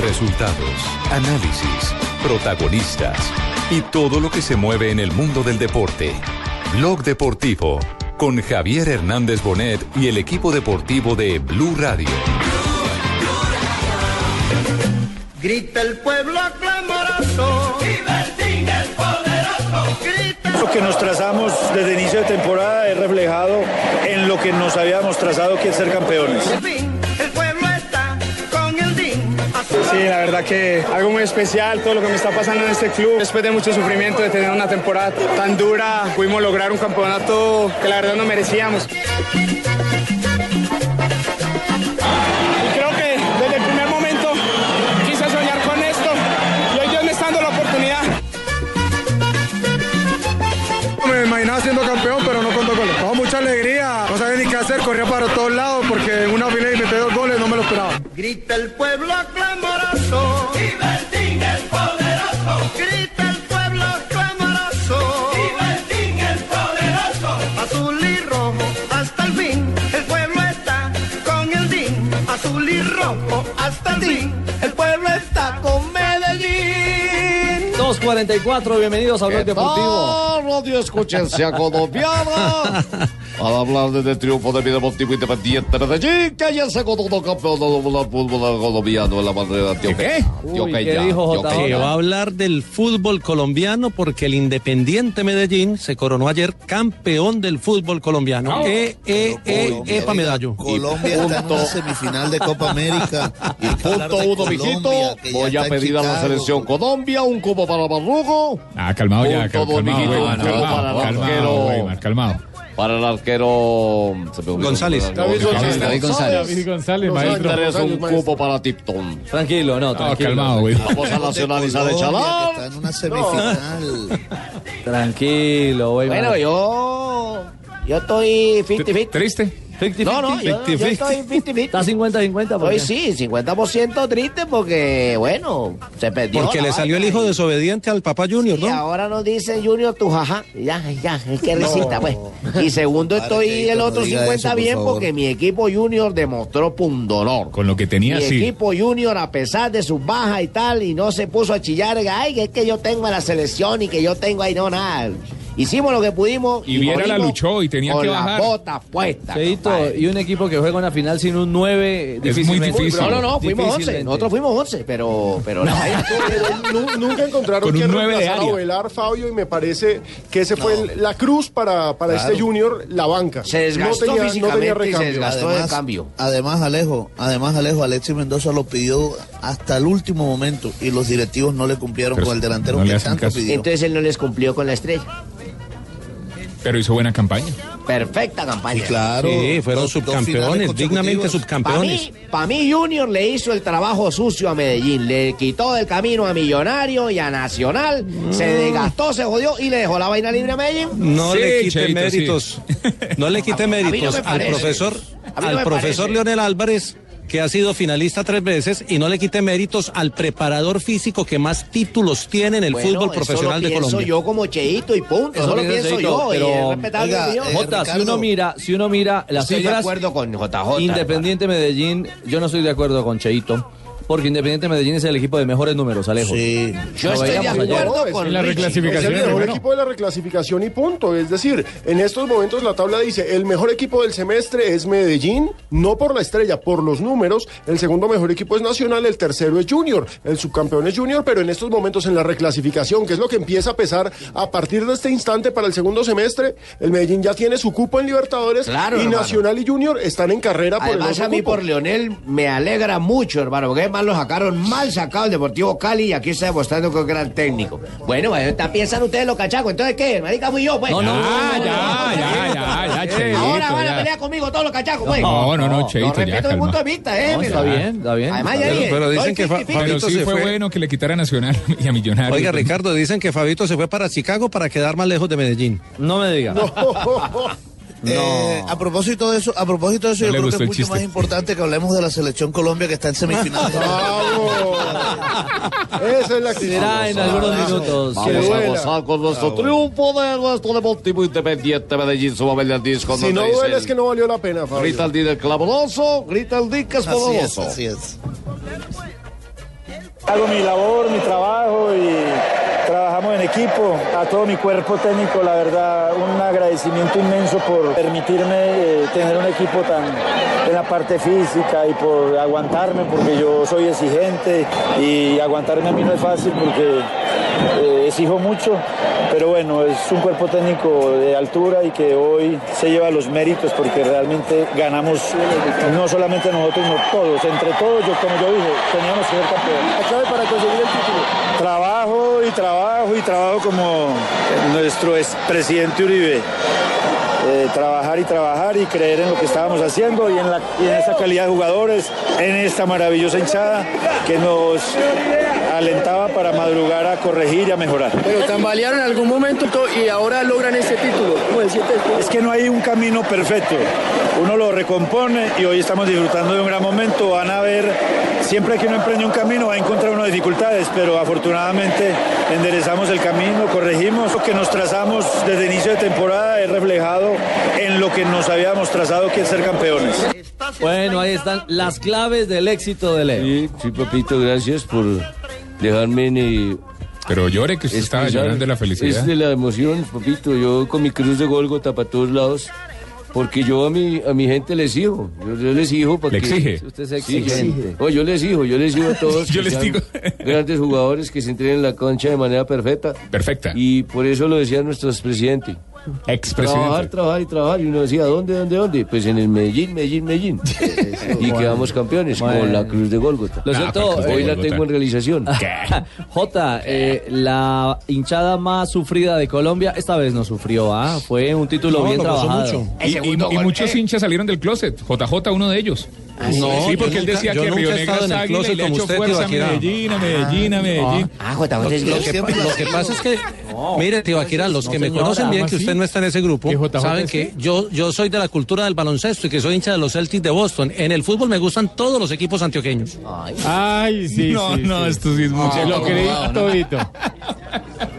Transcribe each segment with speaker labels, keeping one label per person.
Speaker 1: Resultados, análisis, protagonistas y todo lo que se mueve en el mundo del deporte. Blog Deportivo con Javier Hernández Bonet y el equipo deportivo de Blue Radio.
Speaker 2: Grita el pueblo clamoroso. Grita
Speaker 3: Lo que nos trazamos desde el inicio de temporada es reflejado en lo que nos habíamos trazado que es ser campeones.
Speaker 2: el fin. El pueblo está con el DIN.
Speaker 4: Sí, la verdad que algo muy especial, todo lo que me está pasando en este club. Después de mucho sufrimiento, de tener una temporada tan dura, pudimos lograr un campeonato que la verdad no merecíamos. Y creo que desde el primer momento quise soñar con esto y hoy Dios me está dando la oportunidad.
Speaker 5: Me imaginaba siendo campeón, pero no contó goles. Con mucha alegría, no sabía ni qué hacer, corría para todos lados porque en una fila y metí dos goles, no me lo esperaba.
Speaker 2: Grita el pueblo clamoroso. Viva el DIN, el poderoso. Grita el pueblo clamoroso. Viva el DIN, el poderoso. Azul y rojo hasta el fin. El pueblo está con el DIN. Azul y rojo hasta el fin. El pueblo está con Medellín.
Speaker 6: 244, bienvenidos a Blog Deportivo.
Speaker 7: Ah, Radio Escuchencia Colombiana. Para hablar del triunfo de mi deportivo independiente de Medellín, que ayer se coronó campeón del fútbol fútbol colombiano en la barrera antioqueña.
Speaker 6: Uy, ¿qué dijo J.O.?
Speaker 8: Que va a hablar del fútbol colombiano porque el Independiente Medellín se coronó ayer campeón del fútbol colombiano. Eh, eh, eh, epa medallo.
Speaker 7: Colombia está en una semifinal de Copa América. punto uno, mijito. Voy a pedir a la selección Colombia un cubo para Barrugo.
Speaker 4: Ah, calmado
Speaker 7: ya, cal- calmado, Weimar, calmado, calmado, Weimar,
Speaker 4: calmado.
Speaker 7: Para el arquero se me olvidó.
Speaker 8: González.
Speaker 7: David González. David
Speaker 4: David González,
Speaker 7: González. un cubo para Tipton.
Speaker 6: Tranquilo, no, tranquilo.
Speaker 7: Vamos a nacionalizar el chalán.
Speaker 5: en una semifinal.
Speaker 6: Tranquilo, güey.
Speaker 9: Bueno, yo. Yo estoy 50-50.
Speaker 4: ¿Triste?
Speaker 9: No, no, yo, yo estoy 50-50.
Speaker 6: Está 50-50. ¿por
Speaker 9: Hoy
Speaker 6: qué?
Speaker 9: sí, 50% triste porque, bueno, se perdió.
Speaker 8: Porque
Speaker 9: la
Speaker 8: le salió el
Speaker 9: vaina
Speaker 8: hijo desobediente al papá Junior,
Speaker 9: Y
Speaker 6: ah,
Speaker 8: ¿no?
Speaker 9: ahora nos dice Junior tu jaja. Ya, ya, qué risita, pues. Y segundo, estoy
Speaker 5: Marquito,
Speaker 9: el
Speaker 5: no
Speaker 9: otro
Speaker 5: diga
Speaker 9: 50
Speaker 5: eso, por
Speaker 9: bien
Speaker 5: favor.
Speaker 9: porque mi equipo Junior demostró pundonor.
Speaker 4: Con lo que tenía,
Speaker 9: Mi
Speaker 4: sí.
Speaker 9: equipo Junior, a pesar de sus bajas y tal, y no se puso a chillar, ay, que es que yo tengo a la selección y que yo tengo ahí, no, nada. Hicimos lo que pudimos.
Speaker 4: Y Viera
Speaker 9: morimos
Speaker 4: la luchó y tenía
Speaker 9: con
Speaker 4: que
Speaker 9: las
Speaker 4: bajar.
Speaker 9: botas puestas.
Speaker 6: Cheito,
Speaker 9: compadre.
Speaker 6: y un equipo que juega una final sin un 9,
Speaker 4: muy
Speaker 6: difícilmente.
Speaker 4: difícil.
Speaker 9: No, no, no, fuimos 11.
Speaker 6: Difícilmente.
Speaker 9: Nosotros fuimos 11, pero, pero la vaina estuvo-
Speaker 3: Nunca encontraron
Speaker 4: Con un
Speaker 3: quién
Speaker 4: nueve de
Speaker 3: reemplazar a
Speaker 4: área.
Speaker 3: Ovelar, Fabio, y me parece que ese fue el- la cruz para, para este Junior, la banca.
Speaker 9: Se desgastó
Speaker 3: no tenía, no tenía
Speaker 9: físicamente y se
Speaker 3: recambio.
Speaker 9: desgastó de cambio.
Speaker 5: además, Alejo, además, Alejo, Alexis Mendoza lo pidió hasta el último momento y los directivos no le cumplieron
Speaker 4: Pero
Speaker 5: con el delantero
Speaker 4: no le
Speaker 5: que
Speaker 4: hacen
Speaker 5: tanto
Speaker 4: caso.
Speaker 5: pidió.
Speaker 9: Entonces él no les cumplió con la estrella.
Speaker 4: Pero hizo buena campaña.
Speaker 9: Perfecta campaña.
Speaker 5: Y claro,
Speaker 8: Sí, fueron
Speaker 5: dos- dos
Speaker 8: subcampeones,
Speaker 5: finales
Speaker 8: dignamente
Speaker 5: consecutivas.
Speaker 9: Para
Speaker 8: subcampeones.
Speaker 9: mí, pa' mí Junior le hizo el trabajo sucio a Medellín, le quitó del camino a Millonario y a Nacional, se desgastó, se jodió y le dejó la vaina libre a Medellín.
Speaker 8: Mm. No
Speaker 4: Sí,
Speaker 8: le quite
Speaker 4: Cheito,
Speaker 8: méritos. No le quite
Speaker 9: A- a mí no me
Speaker 8: méritos al
Speaker 9: parece.
Speaker 8: profesor,
Speaker 9: A mí no
Speaker 8: al
Speaker 9: me
Speaker 8: profesor
Speaker 9: parece.
Speaker 8: Leonel Álvarez, que ha sido finalista tres veces, y no le quite méritos al preparador físico que más títulos tiene en el
Speaker 9: Bueno,
Speaker 8: fútbol
Speaker 9: eso
Speaker 8: profesional
Speaker 9: lo
Speaker 8: de
Speaker 9: pienso
Speaker 8: Colombia.
Speaker 9: yo como Cheito y punto, eso,
Speaker 6: Eso
Speaker 9: lo
Speaker 6: pienso
Speaker 9: pienso
Speaker 6: Cheito,
Speaker 9: yo y
Speaker 6: pero-
Speaker 9: es respetable
Speaker 5: Oiga,
Speaker 9: opinión.
Speaker 5: eh,
Speaker 6: Jota, si uno
Speaker 5: Ricardo.
Speaker 6: mira, si uno mira las
Speaker 9: Estoy de
Speaker 6: cifras,
Speaker 9: acuerdo con JJ.
Speaker 6: Independiente Medellín, yo no estoy de acuerdo con Cheito, porque Independiente Medellín es el equipo de mejores números, Alejo.
Speaker 5: Sí.
Speaker 9: Yo estoy de
Speaker 6: veíamos ayer.
Speaker 9: acuerdo
Speaker 3: No, es
Speaker 9: con
Speaker 3: que la
Speaker 9: Richie.
Speaker 3: Es el
Speaker 4: reclasificación.
Speaker 3: mejor equipo de la reclasificación y punto. Es decir, en estos momentos la tabla dice, el mejor equipo del semestre es Medellín, no por la estrella, por los números. El segundo mejor equipo es Nacional, el tercero es Junior, el subcampeón es Junior, pero en estos momentos en la reclasificación, que es lo que empieza a pesar a partir de este instante para el segundo semestre, el Medellín ya tiene su cupo en Libertadores
Speaker 9: Claro,
Speaker 3: y
Speaker 9: hermano.
Speaker 3: Nacional y Junior están en carrera por el
Speaker 9: Además,
Speaker 3: otro
Speaker 9: a mí
Speaker 3: cupo.
Speaker 9: por Leonel me alegra mucho, hermano, porque es además lo sacaron mal sacado el Deportivo Cali y aquí está demostrando que es gran técnico. Bueno, eh, ta- piensan ustedes los cachacos. Entonces, ¿qué? Marica, fui yo, pues.
Speaker 6: No, no,
Speaker 9: Ah,
Speaker 6: no, no,
Speaker 9: ya,
Speaker 6: no,
Speaker 9: ya,
Speaker 6: no,
Speaker 9: ya,
Speaker 6: no,
Speaker 9: ya.
Speaker 6: no,
Speaker 9: Ahora
Speaker 6: Cheito,
Speaker 9: van a
Speaker 6: ya.
Speaker 9: pelear conmigo todos los cachacos, pues.
Speaker 6: No, no, no,
Speaker 9: No
Speaker 6: Cheito, ya,
Speaker 9: respeto el
Speaker 6: calma.
Speaker 9: punto de vista, eh.
Speaker 6: No,
Speaker 9: pero-
Speaker 6: está bien, está bien.
Speaker 9: Además, ya dije,
Speaker 8: Pero dicen
Speaker 9: soy
Speaker 8: que fa-
Speaker 9: 50-50.
Speaker 8: Fabito
Speaker 6: Pero sí
Speaker 8: se
Speaker 6: fue,
Speaker 8: fue.
Speaker 6: bueno que le quitara a Nacional y a Millonarios.
Speaker 8: Oiga, Ricardo, dicen que Fabito se fue para Chicago para quedar más lejos de Medellín. No me diga.
Speaker 5: Eh, a propósito de eso, a propósito de eso,
Speaker 8: No le
Speaker 5: yo creo
Speaker 8: gustó
Speaker 5: que
Speaker 8: el
Speaker 5: es mucho
Speaker 8: chiste.
Speaker 5: más importante que hablemos de la selección Colombia que está en semifinales.
Speaker 3: Esa es la actitud.
Speaker 10: Será en algunos minutos. Vamos a gozar con nuestro triunfo de nuestro Deportivo Independiente Medellín. Súbame el disco.
Speaker 3: Si no
Speaker 10: dice
Speaker 3: duele
Speaker 10: el-
Speaker 3: es que no valió la pena, Fabio.
Speaker 10: Grita el D del clamoroso, grita el D que es
Speaker 3: Así es,
Speaker 10: poderoso.
Speaker 3: así
Speaker 5: es.
Speaker 11: Hago mi labor, mi trabajo y trabajamos en equipo. A todo mi cuerpo técnico, la verdad, un agradecimiento inmenso por permitirme eh, tener un equipo tan en la parte física y por aguantarme, porque yo soy exigente y aguantarme a mí no es fácil porque eh, exijo mucho. Pero bueno, es un cuerpo técnico de altura y que hoy se lleva los méritos porque realmente ganamos no solamente nosotros, no todos. Entre todos, yo, como yo dije, teníamos que ser campeones. La clave para conseguir el título. Trabajo y trabajo y trabajo como nuestro ex presidente Uribe. Eh, trabajar y trabajar y creer en lo que estábamos haciendo y en, la, y en esta calidad de jugadores, en esta maravillosa hinchada que nos alentaba para madrugar a corregir y a mejorar.
Speaker 12: Pero tambalearon en algún momento to- y ahora logran ese título. ¿Cómo se siente después?
Speaker 11: Es que no hay un camino perfecto. Uno lo recompone y hoy estamos disfrutando de un gran momento. Van a ver, siempre que uno emprende un camino va a encontrar unas dificultades, pero afortunadamente enderezamos el camino, corregimos. Lo que nos trazamos desde inicio de temporada es reflejado en lo que nos habíamos trazado que es ser campeones.
Speaker 6: Bueno, ahí están las claves del éxito de Leo.
Speaker 13: Sí, sí, papito, gracias por dejarme en.
Speaker 6: Pero llore, que usted estaba llorando de la felicidad.
Speaker 13: Es de la emoción, papito. Yo con mi cruz de Golgota para todos lados. Porque yo a mi, a mi gente les exijo. Yo, yo les exijo para
Speaker 6: Le
Speaker 13: que.
Speaker 6: exige.
Speaker 13: Usted sea
Speaker 6: Sí,
Speaker 13: exigente.
Speaker 6: exige.
Speaker 13: No, yo les exijo, yo les exijo a todos.
Speaker 6: Yo
Speaker 13: que
Speaker 6: les
Speaker 13: sean
Speaker 6: digo.
Speaker 13: Grandes jugadores que se entrenen en la cancha de manera perfecta.
Speaker 6: Perfecta.
Speaker 13: Y por eso lo decía nuestro expresidente.
Speaker 6: Expresidente.
Speaker 13: Trabajar, trabajar y trabajar. Y uno decía, ¿dónde, dónde, dónde? Pues en el Medellín, Medellín, Medellín. y quedamos campeones
Speaker 6: Bueno.
Speaker 13: con la Cruz de Golgota.
Speaker 6: Lo cierto,
Speaker 13: hoy la tengo en realización.
Speaker 6: J, eh, la hinchada más sufrida de Colombia, esta vez no sufrió, ¿ah? Fue un título bien trabajado.
Speaker 11: Y,
Speaker 6: y-
Speaker 11: y
Speaker 6: muchos
Speaker 11: muchos hinchas salieron del closet. JJ, uno de ellos.
Speaker 6: Ah, sí. No,
Speaker 11: sí,
Speaker 6: yo
Speaker 11: porque él
Speaker 6: nunca-
Speaker 11: decía
Speaker 6: yo
Speaker 11: que
Speaker 6: nunca
Speaker 11: Río
Speaker 6: he
Speaker 11: Negro
Speaker 6: estado
Speaker 11: es
Speaker 6: en el
Speaker 11: águila y
Speaker 6: closet
Speaker 11: le ha
Speaker 6: como
Speaker 11: hecho
Speaker 6: usted,
Speaker 11: fuerza a
Speaker 6: Tibaquirá.
Speaker 11: Medellín, a Medellín, a
Speaker 6: Ah,
Speaker 11: Medellín.
Speaker 6: ah, JJ,
Speaker 8: Lo,
Speaker 6: usted
Speaker 8: lo que,
Speaker 6: siempre
Speaker 8: pa-
Speaker 6: lo
Speaker 8: lo que
Speaker 6: digo.
Speaker 8: pasa es que,
Speaker 6: No.
Speaker 8: mire, Tibaquirá, los
Speaker 6: No,
Speaker 8: que me
Speaker 6: señora,
Speaker 8: conocen bien,
Speaker 6: ¿cómo
Speaker 8: que usted
Speaker 6: así?
Speaker 8: no está en ese grupo,
Speaker 6: ¿Y JJ
Speaker 8: saben
Speaker 6: sí?
Speaker 8: que yo, yo soy de la cultura del baloncesto y que soy hincha de los Celtics de Boston. En el fútbol me gustan todos los equipos antioqueños.
Speaker 14: Ay, Ah, sí.
Speaker 8: No,
Speaker 14: sí,
Speaker 8: no,
Speaker 14: sí.
Speaker 8: esto sí es mucho.
Speaker 14: Lo creí
Speaker 8: No, no.
Speaker 14: todito.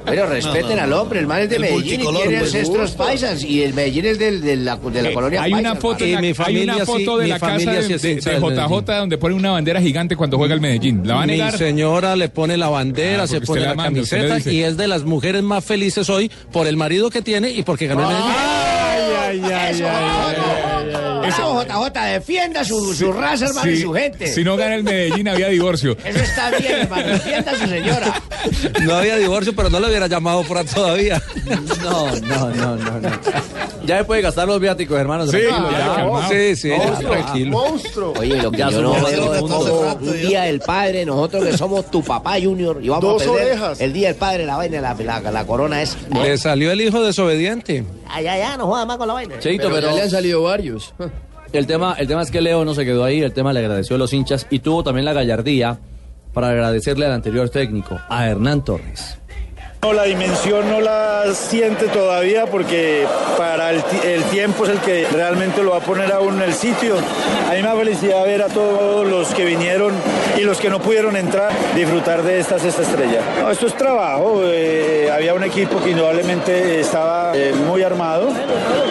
Speaker 9: Pero respeten
Speaker 14: No, no,
Speaker 9: al hombre, el man es de
Speaker 14: El
Speaker 9: Medellín y
Speaker 14: multicolor,
Speaker 9: tiene
Speaker 14: pues,
Speaker 9: ancestros
Speaker 14: justo.
Speaker 9: paisas y el Medellín es del- de la, de la colonia
Speaker 11: hay una
Speaker 9: paisa,
Speaker 11: foto, en la-
Speaker 9: hermano.
Speaker 11: hay una foto de la casa de, de- de JJ donde pone una bandera gigante cuando juega el Medellín. ¿La va a
Speaker 8: Mi
Speaker 11: negar?
Speaker 8: señora le pone la bandera,
Speaker 11: Ah,
Speaker 8: se
Speaker 11: porque
Speaker 8: pone
Speaker 11: usted la
Speaker 8: la,
Speaker 11: manda, usted le
Speaker 8: camiseta
Speaker 11: dice.
Speaker 8: y es de las mujeres más felices hoy por el marido que tiene y porque ganó el Medellín.
Speaker 9: Ay, ay, ay, Bravo, JJ, defienda su, su raza, hermano, y
Speaker 11: Sí,
Speaker 9: su gente.
Speaker 11: Si no gana el Medellín, había divorcio.
Speaker 9: Eso está bien, hermano, defienda a su señora.
Speaker 8: No había divorcio, pero no lo hubiera llamado Fran todavía.
Speaker 6: No, no, no, no, no. Ya se puede gastar los viáticos, hermanos.
Speaker 8: Sí,
Speaker 6: tranquilo,
Speaker 8: ya,
Speaker 6: ya.
Speaker 8: calmado. Sí, sí,
Speaker 6: Monstruo,
Speaker 8: tranquilo.
Speaker 3: Monstruo.
Speaker 9: Oye, lo que
Speaker 6: Ya
Speaker 9: yo no
Speaker 6: somos
Speaker 9: veo
Speaker 6: todo
Speaker 9: es
Speaker 6: el
Speaker 9: cuando
Speaker 6: mundo.
Speaker 9: un día del padre, nosotros que somos tu papá Junior y vamos
Speaker 8: Dos
Speaker 9: a perder
Speaker 8: orejas.
Speaker 9: el día del padre, la vaina, la, la, la corona es.
Speaker 8: Le salió el hijo desobediente.
Speaker 9: Ay, ay, ay, no jodas más con la vaina.
Speaker 6: Cheito, pero,
Speaker 9: ya le han salido-
Speaker 6: varios. El tema, el tema es que Leo no se quedó ahí, el tema le agradeció a los hinchas y tuvo también la gallardía para agradecerle al anterior técnico, a Hernán Torres.
Speaker 11: No, la dimensión no la siente todavía porque para el, ti- el tiempo es el que realmente lo va a poner aún en el sitio. A mí me da felicidad ver a todos los que vinieron y los que no pudieron entrar disfrutar de esta sexta estrella. No, esto es trabajo. eh, había un equipo que indudablemente estaba eh, muy armado.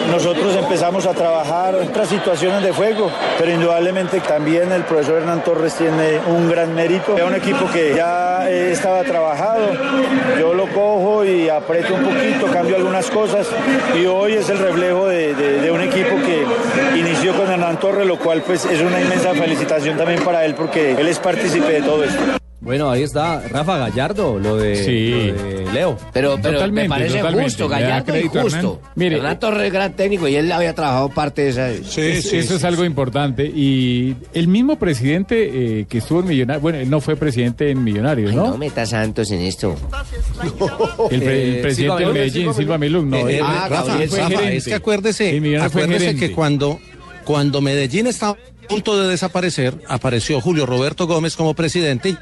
Speaker 11: Nosotros empezamos a trabajar otras situaciones de juego, pero indudablemente también el profesor Hernán Torres tiene un gran mérito. Era un equipo que ya eh, estaba trabajado. Yo lo cojo y aprieto un poquito, cambio algunas cosas. Y hoy es el reflejo de, de- de un equipo que inició con Hernán Torres, lo cual pues es una inmensa felicitación también para él porque él es partícipe de todo esto.
Speaker 6: Bueno, ahí está Rafa Gallardo, lo de,
Speaker 14: Sí.
Speaker 6: lo de Leo.
Speaker 9: Pero, pero me parece justo, Gallardo y justo. Mire, Renato Torres es gran técnico y él había trabajado parte de esa.
Speaker 14: Es- eso es algo importante. Y el mismo presidente eh, que estuvo en Millonarios, bueno, él no fue presidente en Millonarios, ¿no?
Speaker 9: no metas Santos en esto.
Speaker 14: El, pre- el
Speaker 9: Eh,
Speaker 14: presidente
Speaker 9: Silva
Speaker 14: del
Speaker 9: Melú,
Speaker 14: Medellín,
Speaker 9: Silva
Speaker 14: Silva Milung, no.
Speaker 8: Eh, eh,
Speaker 14: él-
Speaker 8: Rafa,
Speaker 14: él fue
Speaker 8: Rafa,
Speaker 14: gerente.
Speaker 8: es que acuérdese,
Speaker 14: En Millonarios fue
Speaker 8: acuérdese que
Speaker 14: gerente.
Speaker 8: cuando, cuando Medellín estaba a punto de desaparecer, apareció Julio Roberto Gómez como presidente. y-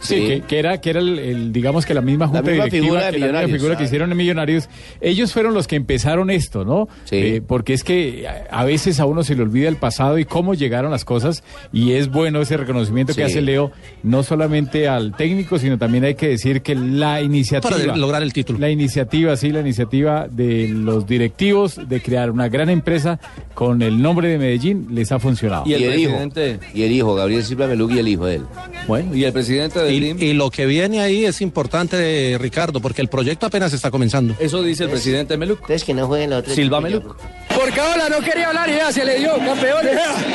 Speaker 14: Sí, Que, que era, que era el, el, digamos que la misma junta
Speaker 8: misma
Speaker 14: directiva,
Speaker 8: figura de
Speaker 14: que la misma
Speaker 8: Millonarios,
Speaker 14: figura
Speaker 8: ah.
Speaker 14: que hicieron en Millonarios. Ellos fueron los que empezaron esto, ¿no? Eh, porque es que a- a veces a uno se le olvida el pasado y cómo llegaron las cosas. Y es bueno ese reconocimiento que
Speaker 8: Sí.
Speaker 14: hace Leo, no solamente al técnico, sino también hay que decir que la iniciativa.
Speaker 8: Para lograr
Speaker 14: el título. La iniciativa, sí, la iniciativa de los directivos de crear una gran empresa con el nombre de Medellín les ha funcionado.
Speaker 6: Y el, presidente.
Speaker 9: Y el hijo, Gabriel Silva Melug y el hijo de él.
Speaker 6: Bueno, y el presidente del
Speaker 8: Y, y lo que viene ahí es importante, Ricardo, porque el proyecto apenas está comenzando.
Speaker 6: Eso dice el presidente Meluc.
Speaker 9: Es que no jueguen los otros.
Speaker 8: Silva Meluc.
Speaker 12: Porque ahora no quería hablar y ya se le dio, campeones.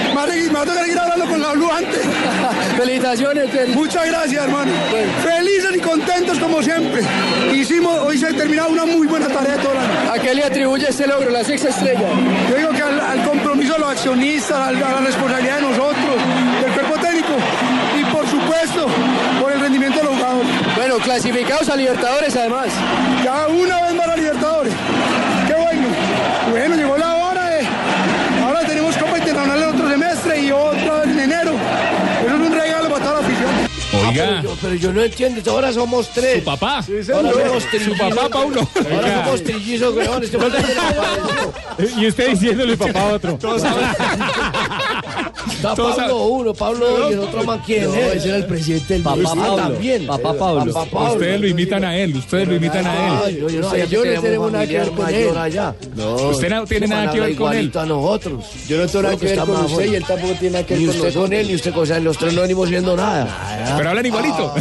Speaker 12: Me va a tener que ir hablando con la Blue antes. Felicitaciones,
Speaker 15: Muchas gracias, hermano. Felices y contentos como siempre. Hicimos, hoy se ha terminado una muy buena tarea todo el año.
Speaker 12: ¿A qué le atribuye este logro, la sexta estrella?
Speaker 15: Yo digo que al, al compromiso de los accionistas, al- a la responsabilidad de nosotros, del cuerpo técnico y por supuesto por el rendimiento de los jugadores.
Speaker 12: Bueno, clasificados a Libertadores además.
Speaker 15: Ya una vez más a Libertadores. Qué bueno. Bueno, llegó la hora de... Ahora tenemos Copa Internacional el otro semestre y otra en enero. Eso es un regalo para toda la afición.
Speaker 9: Ah, Pero, yo, pero yo no entiendo, ahora somos tres. ¿Su
Speaker 14: papá?
Speaker 9: Ahora
Speaker 15: señor.
Speaker 9: somos trillizos.
Speaker 15: Su papá,
Speaker 14: Paulo.
Speaker 9: Ahora
Speaker 14: Oiga.
Speaker 9: somos trillizos, weón. Este man tiene la papá.
Speaker 14: Y usted diciéndole papá a otro.
Speaker 9: Está Pablo uno, Pablo dos y el otro man quién
Speaker 14: No,
Speaker 9: es.
Speaker 14: ese
Speaker 9: era el presidente del Papá
Speaker 14: Ministerio.
Speaker 9: Pablo. también.
Speaker 14: Papá
Speaker 9: Pablo.
Speaker 14: Ustedes lo imitan a él, ustedes lo imitan a
Speaker 9: Ah,
Speaker 14: él.
Speaker 9: yo, yo no sabía que teníamos familiar mayor allá.
Speaker 14: Usted no tiene
Speaker 9: ese man
Speaker 14: nada que
Speaker 9: habla
Speaker 14: ver con él.
Speaker 9: igualito a nosotros. Yo no
Speaker 14: tengo nada que ver con usted y
Speaker 9: él tampoco tiene nada
Speaker 14: que ver
Speaker 9: Ni
Speaker 14: con
Speaker 9: usted con él, ni usted con él. Los tres no venimos viendo nada. Ah.
Speaker 16: Pero hablan igualito.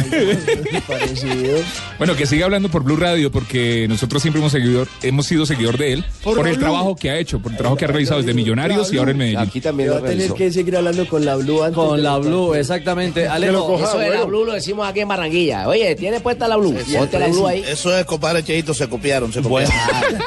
Speaker 16: Bueno, que siga hablando por Blue Radio porque nosotros siempre hemos seguidor, hemos sido seguidor de él por,
Speaker 17: Por
Speaker 16: el
Speaker 17: Blue.
Speaker 16: trabajo que ha hecho, por el trabajo que ha realizado desde Millonarios y ahora en Medellín. Aquí
Speaker 9: también
Speaker 6: lo realizó.
Speaker 9: que seguir hablando con la Blue antes.
Speaker 6: Con la Blue, exactamente. Alejo,
Speaker 9: Eso de la Blue lo decimos aquí en Barranquilla. Oye, tiene puesta la Blue. Ponte la Blue ahí.
Speaker 5: Eso es, compadre Cheito, se copiaron, se copiaron.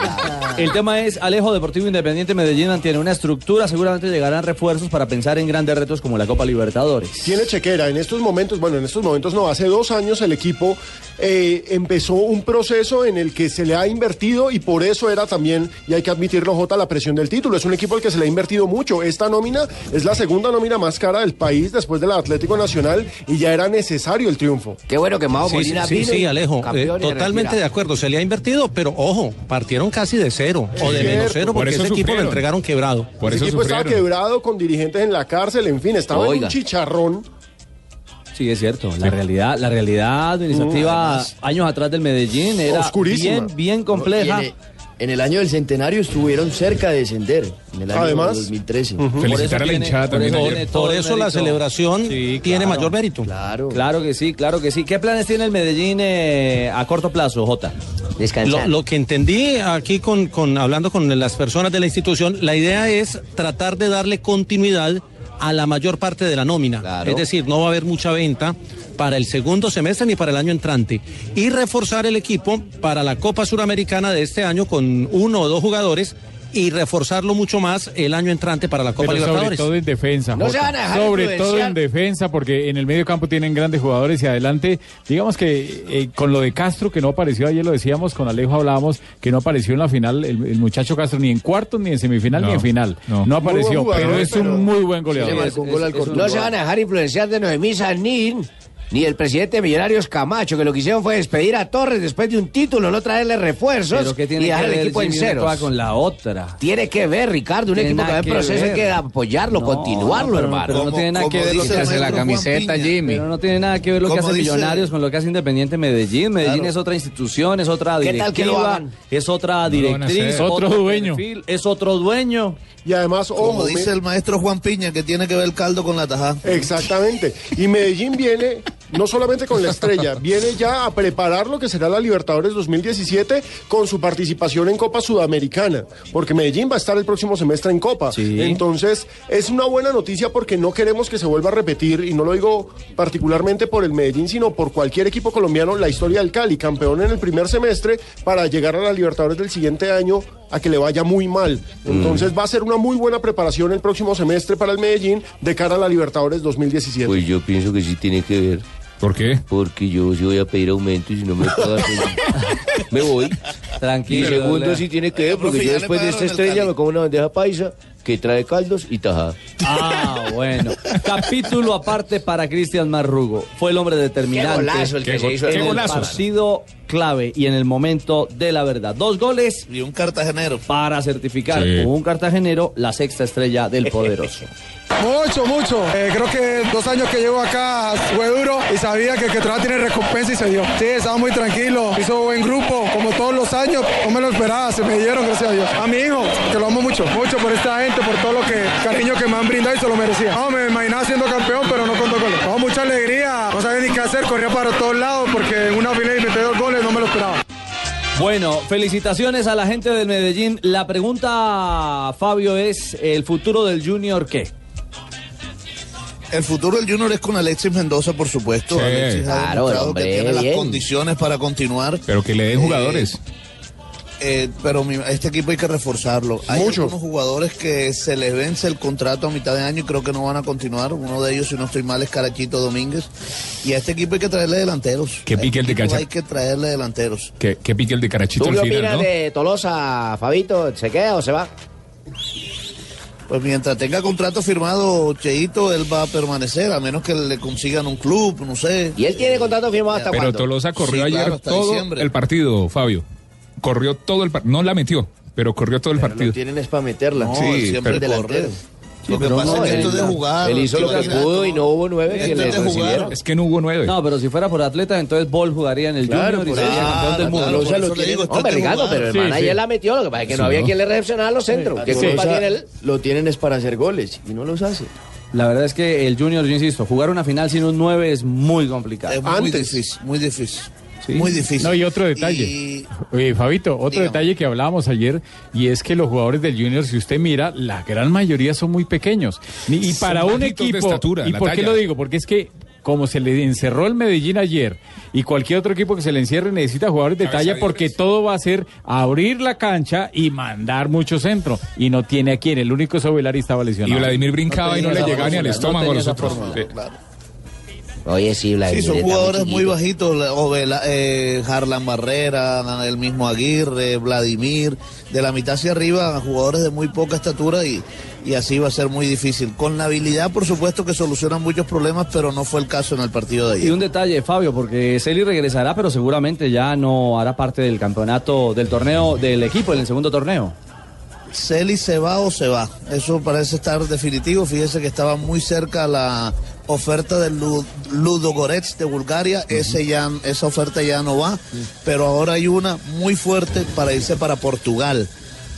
Speaker 6: El tema es, Alejo Deportivo Independiente Medellín mantiene una estructura, seguramente llegarán refuerzos para pensar en grandes retos como la Copa Libertadores.
Speaker 3: Tiene chequera. En estos momentos, bueno, en estos momentos no, hace dos años el equipo eh, empezó un proceso en el que se le ha invertido y por eso era también, y hay que admitirlo, Jota, la presión del título. Es un equipo al que se le ha invertido mucho. Esta nómina es la segunda nómina más cara del país después del Atlético Nacional y ya era necesario el triunfo.
Speaker 9: Qué bueno que Mago
Speaker 8: Sí, sí, sí, sí, Alejo, eh, totalmente de acuerdo. Se le ha invertido, pero ojo, partieron casi de cero o de
Speaker 3: Cierto.
Speaker 8: menos cero
Speaker 3: Por
Speaker 8: porque
Speaker 3: eso
Speaker 8: ese equipo lo
Speaker 3: sufrieron.
Speaker 8: entregaron quebrado.
Speaker 3: el equipo estaba quebrado con dirigentes en la cárcel, en fin, estaba en
Speaker 6: Oiga.
Speaker 3: un chicharrón.
Speaker 6: Sí, es cierto. La realidad, la realidad administrativa
Speaker 3: Además,
Speaker 6: años atrás del Medellín era
Speaker 3: oscurísima.
Speaker 6: bien, bien compleja.
Speaker 3: No, y en
Speaker 6: En el año del centenario estuvieron cerca de descender.
Speaker 9: En el año
Speaker 6: Además,
Speaker 9: 2013.
Speaker 6: Ujú. Felicitar
Speaker 9: Por eso
Speaker 6: a la
Speaker 9: tiene-
Speaker 6: hinchada
Speaker 9: por
Speaker 6: también
Speaker 9: eso
Speaker 6: ayer.
Speaker 9: tiene todo
Speaker 8: Por
Speaker 9: el
Speaker 8: eso la
Speaker 9: mérito.
Speaker 8: celebración tiene mayor mérito.
Speaker 6: Claro. Claro que sí, claro que sí. ¿Qué planes tiene el Medellín eh, a corto plazo, Jota?
Speaker 8: Lo, lo que entendí aquí con, con- hablando con las personas de la institución, la idea es tratar de darle continuidad a la mayor parte de la nómina. Es decir, no va a haber mucha venta para el segundo semestre ni para el año entrante. Y reforzar el equipo para la Copa Suramericana de este año con uno o dos jugadores y reforzarlo mucho más el año entrante para la Copa
Speaker 14: Pero sobre
Speaker 8: Libertadores.
Speaker 14: todo en defensa.
Speaker 8: No
Speaker 14: Jota.
Speaker 8: se van a dejar
Speaker 14: sobre
Speaker 8: influenciar.
Speaker 14: todo en defensa, porque en el medio campo tienen grandes jugadores y adelante, digamos que eh, con lo de Castro, que no apareció ayer, lo decíamos, con Alejo hablábamos, que no apareció en la final, el, el muchacho Castro, ni en cuartos, ni en semifinal,
Speaker 16: No,
Speaker 14: ni en final.
Speaker 16: no.
Speaker 14: No,
Speaker 16: Muy buen
Speaker 14: apareció,
Speaker 16: jugador,
Speaker 14: pero
Speaker 10: eh,
Speaker 14: es
Speaker 16: pero-
Speaker 14: un muy buen goleador.
Speaker 9: No se van a dejar influenciar de Noemí Sanín ni el presidente de Millonarios Camacho, que lo que hicieron fue despedir a Torres después de un título, no traerle refuerzos
Speaker 6: Pero ¿qué tiene
Speaker 9: y dejar
Speaker 6: que
Speaker 9: el
Speaker 6: ver
Speaker 9: equipo en
Speaker 6: si una cosa
Speaker 9: ceros.
Speaker 6: con la otra?
Speaker 9: Tiene que ver, Ricardo, un
Speaker 6: Tiene
Speaker 9: equipo que
Speaker 6: nada
Speaker 9: va en
Speaker 6: que
Speaker 9: proceso hay
Speaker 6: ver.
Speaker 9: que apoyarlo, continuarlo,
Speaker 6: pero-
Speaker 9: hermano.
Speaker 6: Pero no tiene nada que ver lo que hace la camiseta, Jimmy. Pero no tiene nada que ver lo que
Speaker 9: Como
Speaker 6: hace
Speaker 9: dice-
Speaker 6: Millonarios con lo que hace Independiente Medellín. Medellín
Speaker 9: Claro.
Speaker 6: es otra institución, es otra
Speaker 9: ¿Qué
Speaker 6: directiva,
Speaker 9: tal que lo hagan?
Speaker 6: es otra
Speaker 9: No lo van a
Speaker 6: directriz,
Speaker 9: hacer. Otro dueño.
Speaker 6: perfil, es otro dueño.
Speaker 3: Y además, ojo,
Speaker 5: Como dice
Speaker 3: me-
Speaker 5: el maestro Juan Piña, que tiene que ver el caldo con la tajada.
Speaker 3: Exactamente. Y Medellín viene no solamente con la estrella, viene ya a preparar lo que será la Libertadores 2017 con su participación en Copa Sudamericana, porque Medellín va a estar el próximo semestre en Copa. Entonces, es una buena noticia porque no queremos que se vuelva a repetir, y no lo digo particularmente por el Medellín, sino por cualquier equipo colombiano, la historia del Cali, campeón en el primer semestre, para llegar a la Libertadores del siguiente año a que le vaya muy mal. Entonces va a ser una muy buena preparación el próximo semestre para el Medellín de cara a la Libertadores 2017.
Speaker 13: Pues yo pienso que sí tiene que ver.
Speaker 16: ¿Por qué?
Speaker 13: Porque yo sí voy a pedir aumento y si no me pagan, pues, me voy. Tranquilo. Y segundo,
Speaker 9: Lea.
Speaker 13: sí tiene que ver,
Speaker 9: Profe,
Speaker 13: porque
Speaker 9: ya
Speaker 13: yo
Speaker 9: le
Speaker 13: después de
Speaker 9: pagaron
Speaker 13: esta
Speaker 9: el
Speaker 13: estrella
Speaker 9: Cali.
Speaker 13: me como una bandeja paisa que trae caldos y tajada.
Speaker 6: Ah, bueno. Capítulo aparte para Cristian Marrugo. Fue el hombre determinante.
Speaker 9: Qué golazo el que Qué se go- hizo.
Speaker 6: En
Speaker 9: qué
Speaker 6: el
Speaker 9: golazos.
Speaker 6: partido clave y en el momento de la verdad. Dos goles. Y un cartagenero. Para certificar
Speaker 17: Sí.
Speaker 6: con un cartagenero la sexta estrella del poderoso.
Speaker 17: Mucho, mucho. Eh, creo que dos años que llevo acá fue duro y sabía que el que trabaja tiene recompensa y se dio. Sí, estaba muy tranquilo, hizo buen grupo, como todos los años. No me lo esperaba, se me dieron, gracias a Dios. A mi hijo, que lo amo mucho, mucho por esta gente, por todo lo que cariño que me han brindado y se lo merecía. No, me imaginaba siendo campeón, pero no contó con él. No, mucha alegría, no sabía ni qué hacer, corría para todos lados porque en una fila y metí dos goles, no me lo esperaba.
Speaker 6: Bueno, felicitaciones a la gente del Medellín. La pregunta, Fabio, es el futuro del Junior qué?
Speaker 5: El futuro del Junior es con Alexis Mendoza, por supuesto.
Speaker 16: Sí.
Speaker 5: Alexis ha
Speaker 16: Claro,
Speaker 5: demostrado
Speaker 16: hombre,
Speaker 5: que tiene
Speaker 16: bien.
Speaker 5: las condiciones para continuar.
Speaker 16: Pero que le den
Speaker 5: Eh,
Speaker 16: jugadores.
Speaker 5: eh, pero mi- este equipo hay que reforzarlo. Hay
Speaker 16: Mucho.
Speaker 5: algunos jugadores que se les vence el contrato a mitad de año y creo que no van a continuar. Uno de ellos, si no estoy mal, es Carachito Domínguez. Y a este equipo hay que traerle delanteros.
Speaker 16: Que
Speaker 5: A
Speaker 16: pique el
Speaker 5: este
Speaker 16: de
Speaker 5: equipo
Speaker 16: Cacha-
Speaker 5: Hay que traerle delanteros.
Speaker 16: Que, que pique el de Carachito
Speaker 5: ¿Tú
Speaker 16: al
Speaker 5: qué
Speaker 16: final,
Speaker 5: opinas
Speaker 16: ¿no?
Speaker 5: de-
Speaker 9: Eh, Tolosa, Fabito, ¿se queda o se va?
Speaker 5: Pues mientras tenga contrato firmado Cheito, él va a permanecer, a menos que le consigan un club, no sé. ¿Y él tiene contrato firmado
Speaker 16: Pero Tolosa corrió ayer
Speaker 5: hasta
Speaker 16: todo
Speaker 5: diciembre.
Speaker 16: el partido, Fabio. Corrió todo el partido. No la metió, pero corrió todo el partido.
Speaker 9: tienen es para meterla.
Speaker 16: No, Sí, él siempre pero-
Speaker 9: delantero.
Speaker 16: Lo que pasa es que esto es de jugar,
Speaker 9: Él hizo lo que
Speaker 16: imagínate,
Speaker 9: pudo y no hubo nueve que le recibieron.
Speaker 16: Es que no hubo nueve.
Speaker 6: No, pero si fuera por atleta, entonces Ball jugaría en el
Speaker 9: Claro,
Speaker 6: Junior y
Speaker 9: por
Speaker 6: sería
Speaker 9: eso. este
Speaker 6: campeón del
Speaker 9: Claro,
Speaker 6: mundo.
Speaker 9: Tolosa lo tiene-
Speaker 6: Hombre, Ricardo, pero el man ayer
Speaker 9: la metió, lo que pasa es que no había quien le recepcionara los centros. ¿Qué culpa tiene él?
Speaker 6: Lo tienen es para hacer goles y no los hace. La verdad es que el Junior, yo insisto, jugar una final sin un 9 es muy complicado.
Speaker 5: Es muy difícil, muy difícil. Muy difícil.
Speaker 14: No, y otro detalle. Oye, Fabito, otro detalle que hablábamos ayer, y es que los jugadores del Junior, si usted mira, la gran mayoría son muy pequeños. Ni- Y
Speaker 16: Son
Speaker 14: para un
Speaker 16: bajitos de
Speaker 14: equipo.
Speaker 16: estatura,
Speaker 14: ¿Y
Speaker 16: la
Speaker 14: por qué
Speaker 16: talla.
Speaker 14: lo digo? Porque es que. Como se le encerró el Medellín ayer y cualquier otro equipo que se le encierre necesita jugadores de talla porque todo va a ser abrir la cancha y mandar mucho centro. Y no tiene a quien. El único es Ovelar y estaba lesionado.
Speaker 16: Y Vladimir brincaba y no le llegaba ni al estómago a los otros. Eh,
Speaker 9: Oye, sí,
Speaker 5: Sí,
Speaker 9: Vladimir.
Speaker 5: son
Speaker 9: está
Speaker 5: jugadores
Speaker 9: chiquito.
Speaker 5: muy bajitos, la- Ovela- eh, Harlan Barrera, el mismo Aguirre, Vladimir, de la mitad hacia arriba, jugadores de muy poca estatura y, y así va a ser muy difícil. Con la habilidad, por supuesto, que solucionan muchos problemas, pero no fue el caso en el partido de ayer.
Speaker 6: Y un detalle, Fabio, porque Celi regresará, pero seguramente ya no hará parte del campeonato, del torneo, del equipo, en el segundo torneo.
Speaker 5: Celi se va o se va. Eso parece estar definitivo. Fíjese que estaba muy cerca la oferta del Lu- Ludogorets de Bulgaria. Ese ya, esa oferta ya no va. Pero ahora hay una muy fuerte para irse para Portugal.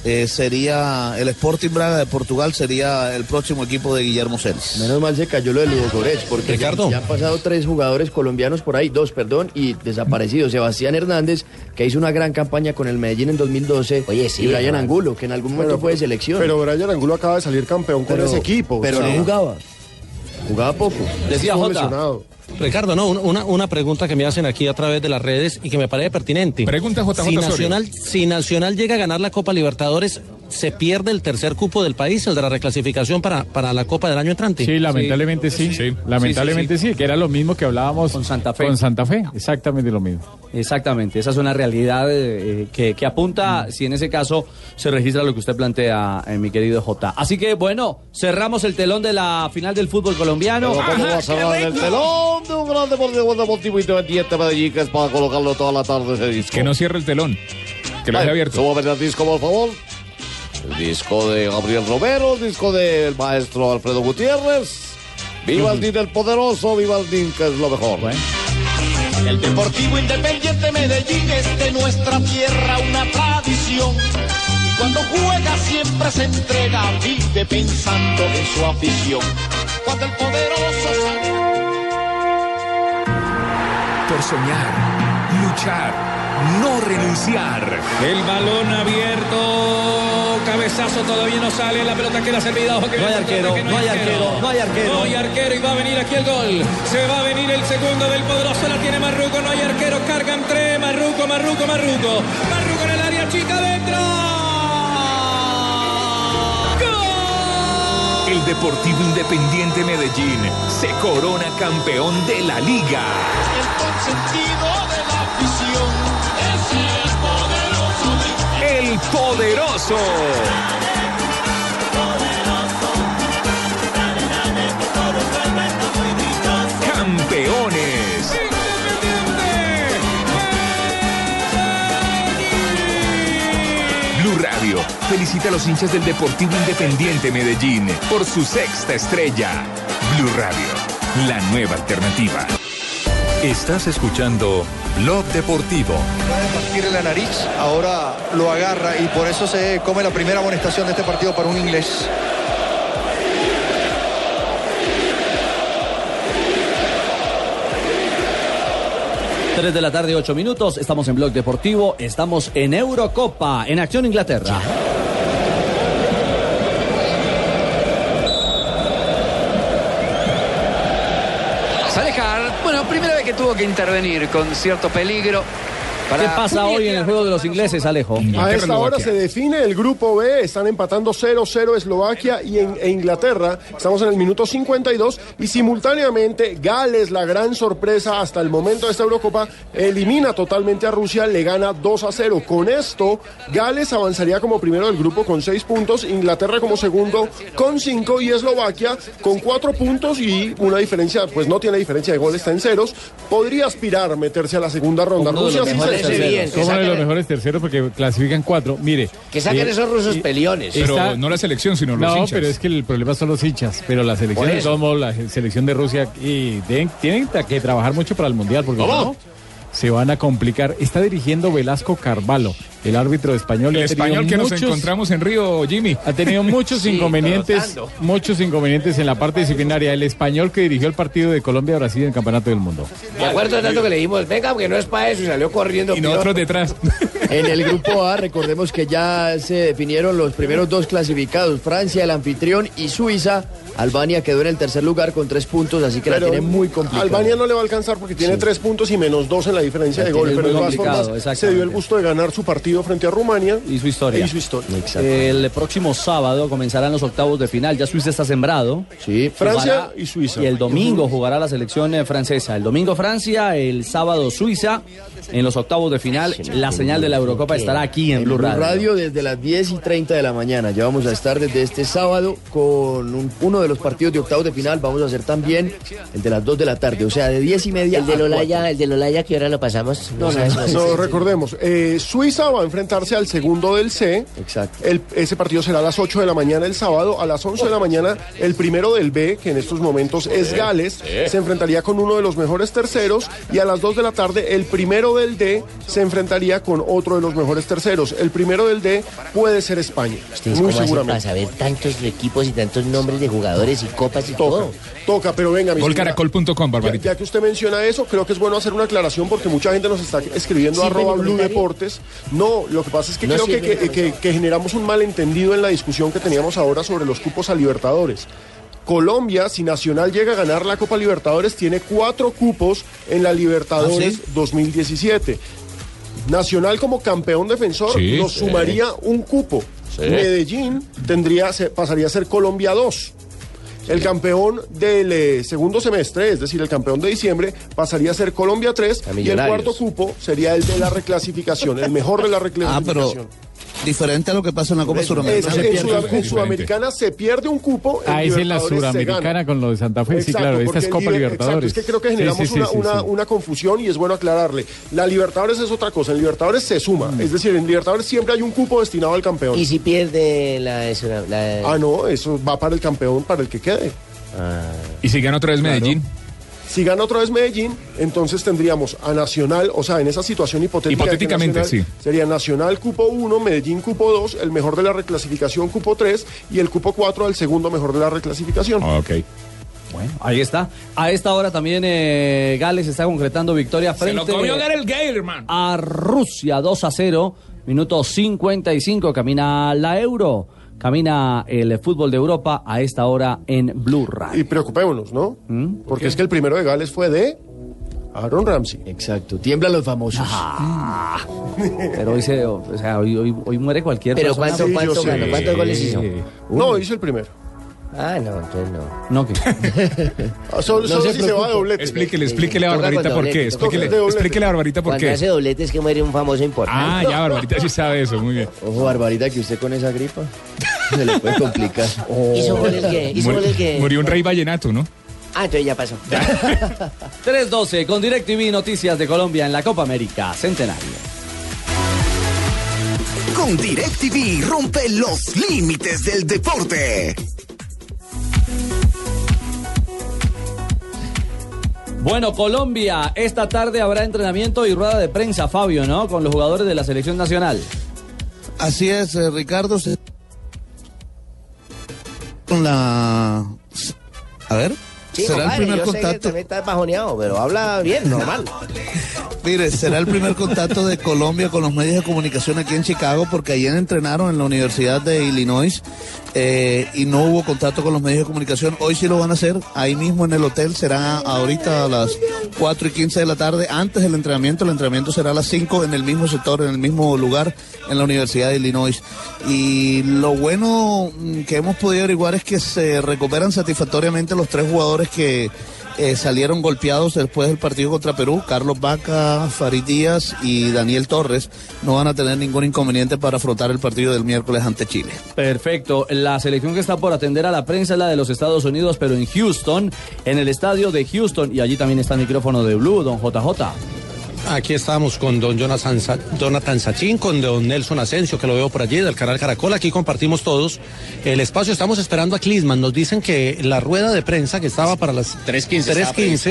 Speaker 5: Eh, sería el Sporting Braga de Portugal sería el próximo equipo de Guillermo Celis.
Speaker 9: Menos mal se cayó lo de Ludogorets, porque ya,
Speaker 5: Ricardo.
Speaker 9: ya han pasado tres jugadores colombianos por ahí, dos, perdón, y desaparecidos. Sebastián Hernández, que hizo una gran campaña con el Medellín en 2012. Oye,
Speaker 3: sí,
Speaker 9: Y Brian
Speaker 3: hermano.
Speaker 9: Angulo, que en algún momento
Speaker 3: Pero-
Speaker 9: fue de selección.
Speaker 3: Pero Brian Angulo acaba de salir campeón con
Speaker 9: Pero-
Speaker 3: ese equipo.
Speaker 9: pero no jugaba.
Speaker 3: Jugaba poco.
Speaker 9: Decía
Speaker 3: Estuvo
Speaker 9: Jota.
Speaker 3: lesionado.
Speaker 8: Ricardo, no, un- una, una pregunta que me hacen aquí a través de las redes y que me parece pertinente. Pregunta
Speaker 16: JJ
Speaker 8: si
Speaker 16: Osorio.
Speaker 8: Nacional, si Nacional llega a ganar la Copa Libertadores, ¿se pierde el tercer cupo del país, el de la reclasificación para, para la Copa del año entrante?
Speaker 14: Sí, lamentablemente sí. Lamentablemente sí, que era lo mismo que hablábamos con Santa Fe. Con Santa Fe, exactamente lo mismo.
Speaker 6: Exactamente, esa es una realidad eh, que, que apunta, si en ese caso se registra lo que usted plantea, eh, mi querido J. Así que bueno, cerramos el telón de la final del fútbol colombiano.
Speaker 10: Pero ¿cómo va a cerrar el telón de un gran deportivo deportivo y 27 Medellín que es para colocarlo toda la tarde ese disco?
Speaker 16: Que no cierre el telón. Que lo deje abierto.
Speaker 10: Súbame el disco, por favor. El disco de Gabriel Romero, el disco del maestro Alfredo Gutiérrez. Viva el DIN del poderoso, viva el DIN que es lo mejor.
Speaker 1: El Deportivo Independiente Medellín es de nuestra tierra una tradición. Y cuando juega siempre se entrega, vive pensando en su afición. Cuando el poderoso sale-
Speaker 18: Por soñar, luchar, no renunciar.
Speaker 4: El balón abierto, cabezazo todavía no sale, la pelota queda servida. ojo que No hay viene el arquero, contraataque, no hay arquero, No hay arquero y va a venir aquí el gol. Se va a venir viene Marruco, no hay arquero, cargan tres, Marruco, Marruco, Marruco. Marruco en el área chica, dentro.
Speaker 18: El Deportivo Independiente Medellín se corona campeón de la liga.
Speaker 1: El consentido de la afición. Ese es poderoso.
Speaker 18: El poderoso. Campeones. Blue Radio felicita a los hinchas del Deportivo Independiente Medellín por su sexta estrella. Blue Radio, la nueva alternativa.
Speaker 19: Estás escuchando Blog Deportivo.
Speaker 20: Tire la nariz, ahora lo agarra y por eso se come la primera amonestación de este partido para un inglés.
Speaker 6: Tres de la tarde, ocho minutos. Estamos en Blog Deportivo. Estamos en Eurocopa, en Acción Inglaterra.
Speaker 21: Salejar, bueno, primera vez que tuvo que intervenir con cierto peligro.
Speaker 6: ¿Qué pasa hoy en el juego de los ingleses, Alejo?
Speaker 3: A esta hora se define el grupo B, están empatando 0-0 Eslovaquia y en- e Inglaterra. Estamos en el minuto 52 y simultáneamente Gales, la gran sorpresa hasta el momento de esta Eurocopa, elimina totalmente a Rusia, le gana 2-0. Con esto, Gales avanzaría como primero del grupo con 6 puntos, Inglaterra como segundo con 5 y Eslovaquia con 4 puntos y una diferencia, pues no tiene diferencia de gol, está en ceros. Podría aspirar a meterse a la segunda ronda.
Speaker 14: Uno de
Speaker 3: Rusia
Speaker 14: los mejores
Speaker 3: sí se
Speaker 14: terceros. Como uno de los
Speaker 3: Bien,
Speaker 14: mejores terceros porque clasifican cuatro. Mire.
Speaker 3: Que saquen esos rusos
Speaker 14: peliones.
Speaker 16: Pero no la selección, sino los
Speaker 14: no,
Speaker 16: hinchas.
Speaker 14: pero es que el problema son los hinchas. Pero la selección
Speaker 16: Por
Speaker 14: de
Speaker 16: eso.
Speaker 14: todos modos, la selección de Rusia, y tienen, tienen ta- que trabajar mucho para el Mundial, porque
Speaker 16: ¿Cómo?
Speaker 14: si no, se van a complicar. Está dirigiendo Velasco Carvalho, el árbitro español.
Speaker 16: El
Speaker 14: Ha tenido
Speaker 16: español que nos
Speaker 14: muchos-
Speaker 16: encontramos en Río, Jimmy.
Speaker 14: Ha tenido muchos inconvenientes, muchos inconvenientes en la parte disciplinaria. El español que dirigió el partido de Colombia-Brasil en el Campeonato del Mundo.
Speaker 9: De acuerdo al dato que le dimos, venga, porque no es para eso, y salió corriendo.
Speaker 16: Y nosotros detrás.
Speaker 22: En el grupo A, recordemos que ya se definieron los primeros dos clasificados, Francia, el anfitrión, y Suiza. Albania quedó en el tercer lugar con tres puntos, así que la
Speaker 3: Pero
Speaker 22: tiene muy complicada.
Speaker 3: Albania no le va a alcanzar porque tiene
Speaker 22: Sí.
Speaker 3: tres puntos y menos dos en la diferencia
Speaker 22: La
Speaker 3: de gol.
Speaker 22: tiene
Speaker 3: Pero de
Speaker 22: muy
Speaker 3: todas
Speaker 22: complicado,
Speaker 3: formas, se dio el gusto de ganar su partido frente a Rumania.
Speaker 6: Y su historia.
Speaker 3: Y su historia. Eh,
Speaker 6: El próximo sábado comenzarán los octavos de final. Ya Suiza está sembrado.
Speaker 22: Sí,
Speaker 3: Francia y Suiza.
Speaker 6: Y el domingo jugará la selección eh, francesa. El domingo Francia, el sábado Suiza. En los octavos de final, la señal de la Eurocopa estará aquí en Blue
Speaker 22: Blue
Speaker 6: Radio.
Speaker 22: Radio desde las 10 y 30 de la mañana. Ya vamos a estar desde este sábado con un- uno de los partidos de octavos de final. Vamos a hacer también el de las 2 de la tarde, o sea, de 10 y media.
Speaker 3: El del Olaya-
Speaker 22: el de Lolaya, ¿qué hora lo pasamos? No, no, no,
Speaker 3: No, recordemos, eh, Suiza va a enfrentarse al segundo del C.
Speaker 22: Exacto.
Speaker 3: ese partido será a las 8 de la mañana el sábado. A las 11 de la mañana, el primero del B, que en estos momentos es
Speaker 23: Sí,
Speaker 3: Gales,
Speaker 23: sí.
Speaker 3: se enfrentaría con uno de los mejores terceros. Y a las 2 de la tarde, el primero del D se enfrentaría con otro de los mejores terceros. El primero del D puede ser España.
Speaker 24: ¿Ustedes
Speaker 3: muy
Speaker 24: cómo hacen para
Speaker 3: seguramente.
Speaker 24: saber tantos equipos y tantos nombres de jugadores y copas y todo?
Speaker 3: Toca, pero venga, mi señora.
Speaker 16: Golcaracol.com,
Speaker 3: Ya,
Speaker 16: Barbarita.
Speaker 3: ya que usted menciona eso, creo que es bueno hacer una aclaración porque mucha gente nos está escribiendo
Speaker 24: ¿Sirve
Speaker 3: arroba
Speaker 24: el
Speaker 3: Blue
Speaker 24: comentario?
Speaker 3: Deportes. No, lo que pasa es que
Speaker 24: No
Speaker 3: creo que,
Speaker 24: sirve el
Speaker 3: que- que- que generamos un malentendido en la discusión que teníamos ahora sobre los cupos a Libertadores. Colombia, si Nacional llega a ganar la Copa Libertadores, tiene cuatro cupos en la
Speaker 23: ¿Ah,
Speaker 3: Libertadores 2017. Nacional como campeón defensor
Speaker 23: Sí.
Speaker 3: nos
Speaker 23: Sí.
Speaker 3: sumaría un cupo.
Speaker 23: Sí.
Speaker 3: Medellín tendría, se- pasaría a ser Colombia 2. El campeón del eh, segundo semestre, es decir, el campeón de diciembre, pasaría a ser Colombia 3 y el
Speaker 5: Millonarios.
Speaker 3: cuarto cupo sería el de la reclasificación, el mejor de la
Speaker 5: Ah, pero
Speaker 3: reclasificación.
Speaker 5: diferente a lo que pasa en la Copa
Speaker 3: Es-
Speaker 5: Suramericana.
Speaker 3: en, Sudam- en Sudamericana se pierde un cupo. en
Speaker 14: Ah, es en la
Speaker 3: Libertadores se gana.
Speaker 14: Suramericana con lo de Santa Fe. sí,
Speaker 3: Exacto,
Speaker 14: claro, esta
Speaker 3: porque
Speaker 14: es Copa
Speaker 3: liber-
Speaker 14: Libertadores.
Speaker 3: Exacto, es que creo que
Speaker 14: Sí,
Speaker 3: generamos
Speaker 14: sí, sí,
Speaker 3: una,
Speaker 14: sí,
Speaker 3: una-
Speaker 14: sí.
Speaker 3: una confusión y es bueno aclararle. La Libertadores es otra cosa, en Libertadores se suma.
Speaker 5: Mm.
Speaker 3: Es decir, en Libertadores siempre hay un cupo destinado al campeón.
Speaker 24: ¿Y si pierde la... eso, la- la-
Speaker 3: Ah, no, eso va para el campeón, para el que quede.
Speaker 5: Ah.
Speaker 16: Y si gana otra vez Medellín.
Speaker 3: Si gana otra vez Medellín, entonces tendríamos a Nacional, o sea, en esa situación hipotética. que
Speaker 16: Hipotéticamente,
Speaker 3: Nacional-
Speaker 16: sí.
Speaker 3: Sería Nacional cupo 1, Medellín cupo 2, el mejor de la reclasificación cupo 3 y el cupo 4 el segundo mejor de la reclasificación.
Speaker 16: Ah, ok.
Speaker 6: Bueno, ahí está. A esta hora también eh, Gales está concretando victoria
Speaker 4: Se
Speaker 6: frente
Speaker 4: lo comió Gareth Gale, hermano.
Speaker 6: a Rusia 2 a 0, minuto 55, camina la Euro, camina el fútbol de Europa a esta hora en Blue Radio.
Speaker 22: ¿Mm?
Speaker 3: Y preocupémonos, ¿no? Porque es que el primero de Gales fue de Aaron Ramsey.
Speaker 22: Exacto, tiemblan los famosos.
Speaker 6: Pero hoy, se, o sea, hoy, hoy- hoy muere cualquier
Speaker 22: Pero
Speaker 6: persona.
Speaker 22: ¿cuánto- Sí, cuánto yo sé. ganó? ¿Cuántos goles hizo?
Speaker 3: No, hizo el primero.
Speaker 22: Mm. Ah, no, entonces no.
Speaker 6: No, que.
Speaker 3: Solo,
Speaker 22: No
Speaker 3: Ah, solo
Speaker 22: se
Speaker 3: si se va a
Speaker 22: preocupe.
Speaker 3: doblete.
Speaker 16: Explíquele, explíquele a Barbarita por qué. Explíquele, explíquele a Barbarita por
Speaker 22: Cuando
Speaker 16: qué.
Speaker 22: hace doblete es que muere un famoso
Speaker 16: Ah,
Speaker 22: importante.
Speaker 16: ya, Barbarita sí sabe eso, muy bien.
Speaker 22: Ojo, Barbarita, que usted con esa gripa se le puede complicar. Hizo gol el que- hizo
Speaker 16: Mur-
Speaker 22: gol el que-
Speaker 16: Murió un rey vallenato, ¿no?
Speaker 22: Ah, entonces ya pasó.
Speaker 6: 3-12 con DirecTV Noticias de Colombia en la Copa América Centenario.
Speaker 2: Con DirecTV rompe los límites del deporte.
Speaker 6: Bueno, Colombia, esta tarde habrá entrenamiento y rueda de prensa, Fabio, ¿no? Con los jugadores de la selección nacional.
Speaker 5: Así es, eh, Ricardo. se- Con la. A ver.
Speaker 22: Sí,
Speaker 5: será
Speaker 22: compadre,
Speaker 5: el primer
Speaker 22: yo sé que
Speaker 5: contacto.
Speaker 22: también está bajoneado, pero habla bien, normal.
Speaker 5: Mire, será el primer contacto de Colombia con los medios de comunicación aquí en Chicago, porque ayer entrenaron en la Universidad de Illinois eh, y no hubo contacto con los medios de comunicación. Hoy sí lo van a hacer, ahí mismo en el hotel, será ahorita a las 4 y 15 de la tarde, antes del entrenamiento. El entrenamiento será a las 5 en el mismo sector, en el mismo lugar, en la Universidad de Illinois. Y lo bueno mm, que hemos podido averiguar es que se recuperan satisfactoriamente los tres jugadores que eh, salieron golpeados después del partido contra Perú. Carlos Vaca, Farid Díaz y Daniel Torres no van a tener ningún inconveniente para afrontar el partido del miércoles ante Chile.
Speaker 6: Perfecto. La selección que está por atender a la prensa es la de los Estados Unidos, pero en Houston, en el estadio de Houston. Y allí también está el micrófono de Blue, don JJ.
Speaker 8: Aquí estamos con don Jonathan, Sa- Jonathan Sachin, con don Nelson Asensio, que lo veo por allí, del canal Caracol. Aquí compartimos todos el espacio. Estamos esperando a Clisman. Nos dicen que la rueda de prensa que estaba para las 3.15,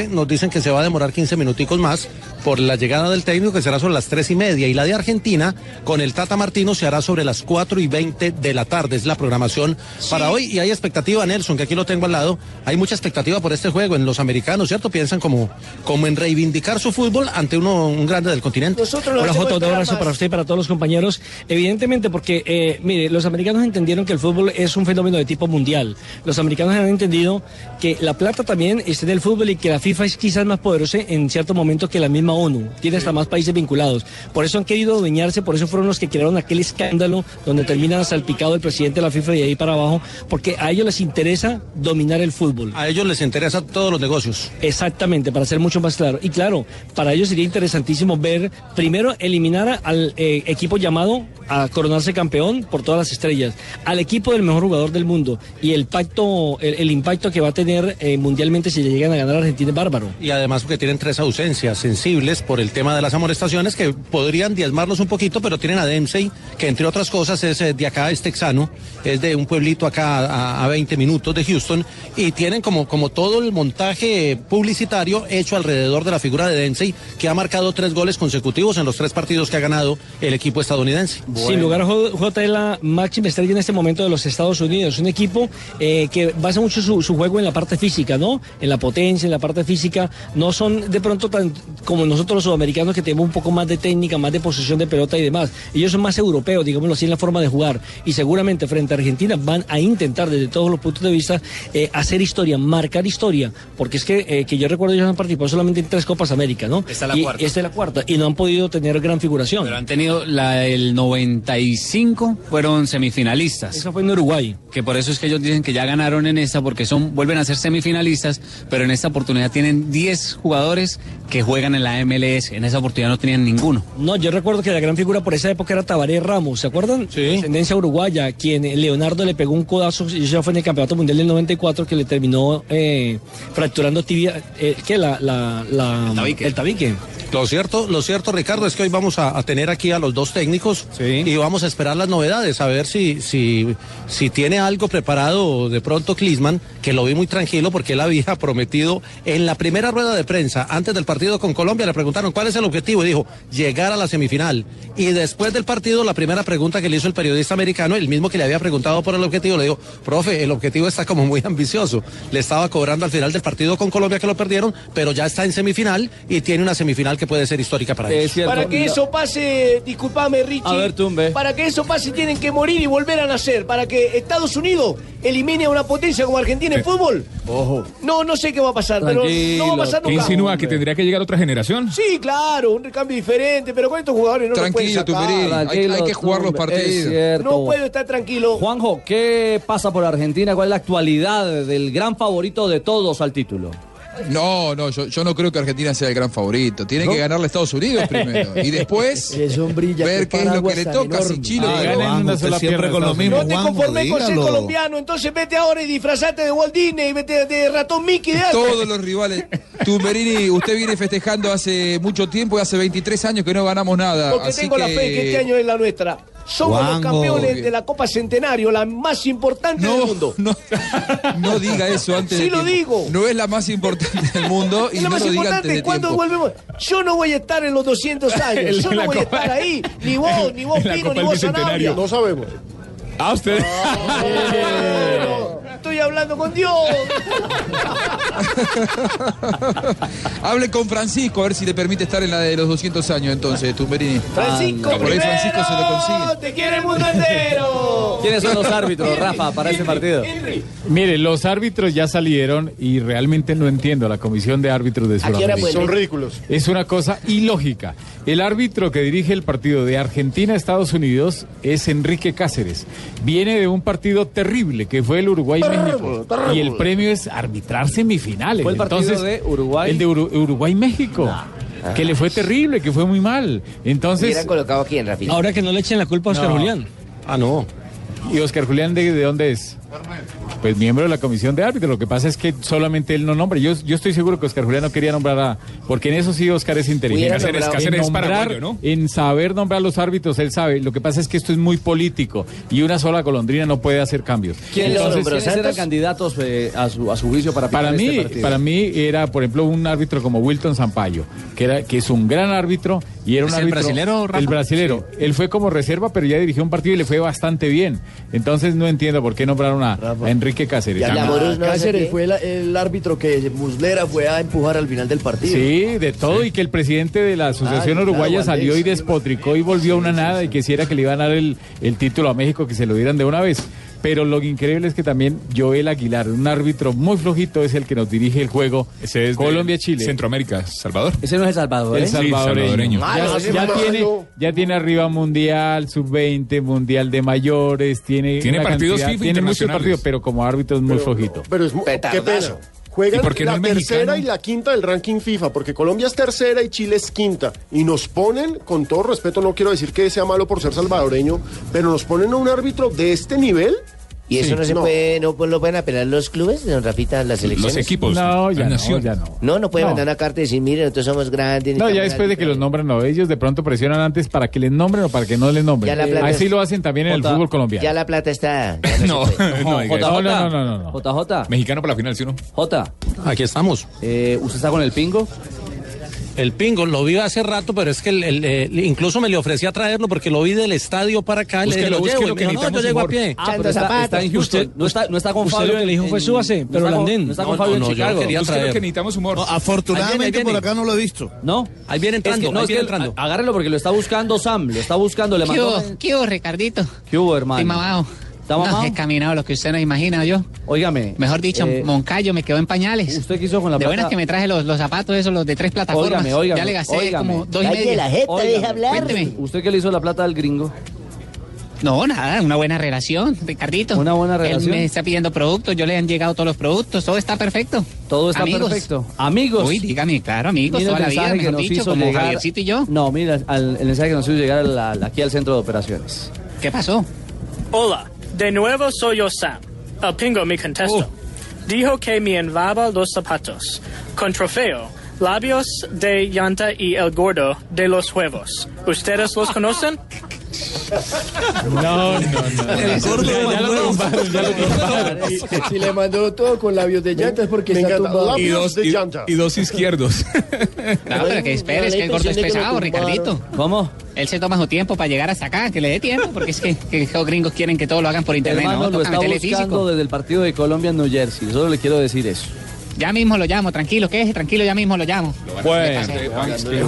Speaker 8: nos dicen que se va a demorar 15 minuticos más por la llegada del técnico, que será sobre las 3 y media. Y la de Argentina, con el Tata Martino, se hará sobre las 4 y 20 de la tarde. Es la programación para hoy. Y hay expectativa, Nelson, que aquí lo tengo al lado. Hay mucha expectativa por este juego en los americanos, ¿cierto? Piensan como, como en reivindicar su fútbol ante uno, un grande del continente.
Speaker 25: Hola, Jota, un abrazo para usted y para todos los compañeros. Evidentemente, porque, eh, mire, los americanos entendieron que el fútbol es un fenómeno de tipo mundial. Los americanos han entendido que la plata también está en el fútbol y que la FIFA es quizás más poderosa en ciertos momentos que la misma ONU. Tiene hasta más países vinculados. Por eso han querido adueñarse, por eso fueron los que crearon aquel escándalo donde terminan salpicado el presidente de la FIFA y de ahí para abajo, porque a ellos les interesa dominar el fútbol.
Speaker 8: A ellos les interesan todos los negocios.
Speaker 25: Exactamente, para ser mucho más claro. Y claro, para ellos sería interesantísimo ver, primero, eliminar a- al eh, equipo llamado a coronarse campeón por todas las estrellas, al equipo del mejor jugador del mundo y el pacto, el, el impacto que va a tener eh, mundialmente si le llegan a ganar a Argentina es bárbaro.
Speaker 8: Y además porque tienen tres ausencias sensibles por el tema de las amonestaciones que podrían diezmarlos un poquito, pero tienen a Dempsey, que entre otras cosas es eh, de acá, es texano, es de un pueblito acá a, a 20 minutos de Houston, y tienen como, como todo el montaje publicitario hecho alrededor de la figura de Dempsey, que ha marcado tres goles consecutivos en los tres partidos que ha ganado el equipo estadounidense.
Speaker 25: Sin lugar a jo- J es la máxima estrella en este momento de los Estados Unidos, un equipo eh, que basa mucho su, su juego en la parte física, ¿no? En la potencia, en la parte física. No son de pronto tan como nosotros los sudamericanos que tenemos un poco más de técnica, más de posesión de pelota y demás. Ellos son más europeos, digámoslo así, en la forma de jugar. Y seguramente frente a Argentina van a intentar desde todos los puntos de vista eh, hacer historia, marcar historia. Porque es que, eh, que yo recuerdo ellos han participado solamente en tres Copas América, ¿no?
Speaker 21: Esta es la
Speaker 25: Y
Speaker 21: cuarta.
Speaker 25: Esta es la cuarta. Y no han podido tener gran figuración.
Speaker 21: Han tenido la del 95, fueron semifinalistas. Eso
Speaker 25: fue en Uruguay.
Speaker 21: Que por eso es que ellos dicen que ya ganaron en esta, porque son vuelven a ser semifinalistas, pero en esta oportunidad tienen 10 jugadores que juegan en la MLS. En esa oportunidad no tenían ninguno.
Speaker 25: No, yo recuerdo que la gran figura por esa época era Tabaré Ramos, ¿se acuerdan? Sí. Tendencia uruguaya, quien eh, Leonardo le pegó un codazo, y eso ya fue en el Campeonato Mundial del 94, que le terminó eh, fracturando tibia, eh, ¿qué? La, la, la- el, tabique.
Speaker 8: Lo cierto, lo cierto, Ricardo, es que hoy vamos a, a tener aquí a los dos técnicos y vamos a esperar las novedades, a ver si, si, si tiene algo preparado de pronto Clisman, que lo vi muy tranquilo porque él había prometido en la primera rueda de prensa, antes del partido con Colombia, le preguntaron cuál es el objetivo y dijo, llegar a la semifinal. Y después del partido, la primera pregunta que le hizo el periodista americano, el mismo que le había preguntado por el objetivo, le dijo, profe, el objetivo está como muy ambicioso. Le estaba cobrando al final del partido con Colombia que lo perdieron, pero ya está en semifinal y tiene una semifinal que puede ser histórica para
Speaker 6: Es
Speaker 8: ellos.
Speaker 6: cierto.
Speaker 9: Para que eso pase, disculpame Richie.
Speaker 8: A ver, Tumbe.
Speaker 9: Para que eso pase tienen que morir y volver a nacer. Para que Estados Unidos elimine a una potencia como Argentina en fútbol.
Speaker 16: Ojo.
Speaker 9: No, no sé qué va a pasar, pero no va a pasar
Speaker 16: ¿Qué
Speaker 9: nunca.
Speaker 16: insinúa? ¿Que tendría que llegar otra generación?
Speaker 9: Sí, claro, un recambio diferente, pero con estos jugadores no los pueden
Speaker 16: Tranquilo,
Speaker 9: sacar.
Speaker 16: Tumberí, hay- Tranquilo,
Speaker 6: hay que jugar los Tumbe, es partidos. cierto.
Speaker 9: No puedo estar tranquilo.
Speaker 6: Juanjo, ¿qué pasa por Argentina? ¿Cuál es la actualidad del gran favorito de todos al título?
Speaker 15: No, no, yo, yo no creo que Argentina sea el gran favorito. Tiene que ganarle a Estados Unidos primero. Y después ver qué es lo que le toca. Si Chile
Speaker 8: Ah,
Speaker 15: le
Speaker 8: ganan
Speaker 15: toca.
Speaker 8: en una sola pierna a Estados Unidos.
Speaker 9: No te conformes con ser colombiano, entonces vete ahora y disfrazate de Walt Disney y vete de ratón Mickey de algo.
Speaker 15: Todos los rivales. Tumberini, usted viene festejando hace mucho tiempo, hace 23 años que no ganamos nada.
Speaker 9: Porque
Speaker 15: así
Speaker 9: tengo la fe que este año es la nuestra. Somos los
Speaker 15: Juanjo.
Speaker 9: campeones de la Copa Centenario, la más importante del mundo.
Speaker 15: No diga eso antes
Speaker 9: Sí
Speaker 15: de
Speaker 9: lo
Speaker 15: tiempo.
Speaker 9: digo.
Speaker 15: No es la más importante del mundo y
Speaker 9: Es lo
Speaker 15: no
Speaker 9: más
Speaker 15: lo diga antes
Speaker 9: importante,
Speaker 15: de
Speaker 9: ¿cuándo
Speaker 15: tiempo.
Speaker 9: volvemos? Yo no voy a estar en los 200 años, yo
Speaker 15: En
Speaker 9: no
Speaker 15: la
Speaker 9: voy a
Speaker 15: Copa-
Speaker 9: estar ahí, ni vos, ni vos
Speaker 14: en la
Speaker 9: Pino,
Speaker 14: Copa
Speaker 9: ni
Speaker 14: del
Speaker 9: vos
Speaker 14: Bicentenario.
Speaker 9: Sanabria.
Speaker 14: No
Speaker 3: sabemos.
Speaker 14: A Ah, usted.
Speaker 9: Estoy hablando con Dios.
Speaker 15: Hable con Francisco a ver si le permite estar en la de los 200 años entonces, Tumberini.
Speaker 9: Francisco
Speaker 15: Ah, Por ahí
Speaker 9: primero.
Speaker 15: Francisco se lo consigue.
Speaker 9: Te quiere el mundo entero.
Speaker 6: ¿Quiénes son los árbitros, Rafa, para ese partido?
Speaker 14: Mire, los árbitros ya salieron y realmente no entiendo la comisión de árbitros de
Speaker 3: Aquí
Speaker 14: Sudamérica.
Speaker 3: era bueno. Son ridículos.
Speaker 14: Es una cosa ilógica. El árbitro que dirige el partido de Argentina a Estados Unidos es Enrique Cáceres. Viene de un partido terrible que fue el Uruguay-México. Y el premio es arbitrar semifinales.
Speaker 6: Fue el partido de Uruguay. Ah.
Speaker 14: El de Uru- Uruguay-México. Que le fue terrible, que fue muy mal. Entonces.
Speaker 10: Hubieran colocado
Speaker 14: a quién, Rafael?
Speaker 10: Ahora que no le echen la culpa a Oscar Julián.
Speaker 14: Ah, no. ¿Y Oscar Julián de, de dónde es? Pues miembro de la comisión de árbitros. Lo que pasa es que solamente él no nombra. Yo, yo estoy seguro que Oscar Julián no quería nombrar a. Porque en eso sí Oscar es inteligente.
Speaker 16: Hubiera Cáceres- nombrado- Cáceres
Speaker 14: En
Speaker 16: es
Speaker 14: nombrar-
Speaker 16: paraguayo, ¿no?
Speaker 14: En saber nombrar los árbitros, él sabe. Lo que pasa es que esto es muy político. Y una sola colondrina no puede hacer cambios.
Speaker 6: ¿Quién los
Speaker 14: Entonces,
Speaker 6: nombró? ¿Quiénes eran candidatos eh, a, su, a su juicio para
Speaker 14: para
Speaker 6: pitar
Speaker 14: mí,
Speaker 6: este partido?
Speaker 14: para mí era, por ejemplo, un árbitro como Wilton Sampaio, que era que es un gran árbitro y era un
Speaker 26: ¿Es el
Speaker 14: árbitro
Speaker 26: brasilero, Rafa?
Speaker 14: el brasilero. Él fue como reserva, pero ya dirigió un partido y le fue bastante bien. Entonces no entiendo por qué nombraron a, a Enrique Cáceres.
Speaker 9: Ya,
Speaker 14: Ah,
Speaker 9: Morus, no, Cáceres ¿qué? fue la- el árbitro que Muslera fue a empujar al final del partido.
Speaker 14: Sí, de todo, y que el presidente de la Asociación
Speaker 9: claro,
Speaker 14: Uruguaya
Speaker 9: Andrés.
Speaker 14: salió y despotricó y volvió una nada y quisiera que le iban a dar el, el título a México, que se lo dieran de una vez. Pero lo increíble es que también Joel Aguilar, un árbitro muy flojito, es el que nos dirige el juego Colombia-Chile.
Speaker 16: Centroamérica, Salvador.
Speaker 6: Ese no es el Salvador.
Speaker 14: El salvadoreño. Ya- Ya, tiene, ya tiene arriba Mundial, Sub-20, Mundial de Mayores, tiene.
Speaker 16: Tiene
Speaker 14: una
Speaker 16: partidos FIFA
Speaker 14: Tiene muchos
Speaker 16: internacionales.
Speaker 14: partidos, pero como árbitro es muy flojito.
Speaker 3: Pero es muy, qué pena. Juegan
Speaker 14: ¿Y por qué no
Speaker 3: la
Speaker 14: es
Speaker 3: tercera
Speaker 14: mexicano?
Speaker 3: y la quinta del ranking FIFA, porque Colombia es tercera y Chile es quinta. Y nos ponen, con todo respeto, no quiero decir que sea malo por ser salvadoreño, pero nos ponen a un árbitro de este nivel.
Speaker 27: ¿Y eso no se puede, no pues, lo pueden apelar los clubes, don Rafita, las elecciones?
Speaker 14: No, ya no, ya no.
Speaker 27: No, no puede
Speaker 14: No.
Speaker 27: mandar una carta y decir, miren, nosotros somos grandes.
Speaker 14: No, ya
Speaker 27: necesitamos
Speaker 14: después de que los nombran a ellos, de pronto presionan antes para que les nombren o para que no
Speaker 27: Ya
Speaker 14: les nombren.
Speaker 27: la plata
Speaker 14: Así
Speaker 27: es-
Speaker 14: lo hacen también en el
Speaker 27: Jota,
Speaker 14: fútbol colombiano.
Speaker 27: Ya la plata está. ya no se
Speaker 16: No,
Speaker 27: puede.
Speaker 16: no, diga
Speaker 14: No,
Speaker 16: eso.
Speaker 14: no, no, no, no.
Speaker 6: JJ.
Speaker 16: Mexicano para la final, ¿sí o no?
Speaker 6: J. Eh,
Speaker 8: Aquí estamos.
Speaker 6: ¿Usted está con el pingo?
Speaker 8: El pingo, lo vi hace rato, pero es que el- el, eh, incluso me le ofrecía traerlo porque lo vi del estadio para acá. le dije, lo
Speaker 6: Búsquelo,
Speaker 8: llevo,
Speaker 6: búsquelo,
Speaker 8: y me dijo,
Speaker 6: que
Speaker 8: no, yo llego a pie.
Speaker 6: Ah, pero está, está en Houston. no, está, no está con
Speaker 8: usted
Speaker 6: Fabio. Eh,
Speaker 8: lo que le dijo fue
Speaker 6: en-
Speaker 8: súbase, pero
Speaker 6: no está
Speaker 8: el
Speaker 6: con-
Speaker 8: andén.
Speaker 6: No está con
Speaker 8: No,
Speaker 6: Fabio
Speaker 8: no,
Speaker 6: en
Speaker 8: yo
Speaker 6: Chicago.
Speaker 8: quería Busque lo traer. que necesitamos humor. No, afortunadamente por acá
Speaker 6: no lo he visto. No, ahí viene entrando.
Speaker 8: no,
Speaker 6: no,
Speaker 8: ahí
Speaker 6: es que
Speaker 8: viene
Speaker 6: él- a- agárrelo porque lo está buscando Sam. Lo está buscando. Le mandó.
Speaker 21: ¿Qué hubo, Ricardito?
Speaker 6: ¿Qué hubo, hermano?
Speaker 21: Estoy mamado.
Speaker 6: ¿Está mamado?
Speaker 21: No, he caminado lo que usted no imagina yo.
Speaker 6: Óigame.
Speaker 21: Mejor dicho,
Speaker 6: eh,
Speaker 21: Moncayo me quedó en pañales.
Speaker 6: ¿Usted quiso con la
Speaker 21: De
Speaker 6: plata?
Speaker 21: buenas que me traje los, los zapatos esos, los de tres plataformas.
Speaker 6: Óigame, óigame.
Speaker 21: Ya le gasté
Speaker 6: óigame.
Speaker 21: como dos y medio.
Speaker 6: Óigame. ¿Usted qué le hizo la plata al gringo?
Speaker 21: No, nada, una buena relación, Ricardito. Una buena
Speaker 6: relación.
Speaker 21: Él me está pidiendo productos, yo le han llegado todos los productos, todo está perfecto.
Speaker 6: Todo está
Speaker 21: Amigos.
Speaker 6: perfecto. Amigos.
Speaker 21: Uy, dígame, claro, amigos,
Speaker 6: Mira el
Speaker 21: toda la vida,
Speaker 6: mensaje que
Speaker 21: mejor
Speaker 6: nos
Speaker 21: dicho,
Speaker 6: hizo
Speaker 21: como
Speaker 6: llegar-
Speaker 21: Javiercito y yo.
Speaker 6: No, mira, al- el mensaje que nos hizo llegar a la- aquí al centro de operaciones.
Speaker 21: ¿Qué pasó?
Speaker 28: Hola, de nuevo soy yo Sam. El pingo me contestó.
Speaker 14: Oh.
Speaker 28: Dijo que me envaba los zapatos, con trofeo, labios de llanta y el gordo de los huevos. ¿Ustedes los conocen?
Speaker 14: No, no, no.
Speaker 28: Ya lo tumbaron, ya lo tumbaron.
Speaker 9: Si le mandó todo con labios de llanta es porque
Speaker 3: me
Speaker 9: está
Speaker 3: encanta.
Speaker 9: tumbado.
Speaker 16: Y dos, y, y dos izquierdos.
Speaker 21: No, pero que esperes, que el gordo es pesado, Ricardito.
Speaker 6: ¿Cómo?
Speaker 21: Él se toma su tiempo para llegar hasta acá, que le dé tiempo, porque es que, que los gringos quieren que todo lo hagan por internet,
Speaker 6: Hermano,
Speaker 21: ¿no?
Speaker 6: lo
Speaker 21: Toca
Speaker 6: está
Speaker 21: meterle
Speaker 6: buscando
Speaker 21: físico.
Speaker 6: desde el partido de Colombia en New Jersey. Solo le quiero decir eso.
Speaker 29: Ya mismo lo llamo, tranquilo, quédese tranquilo, ya mismo lo llamo.
Speaker 6: Bueno,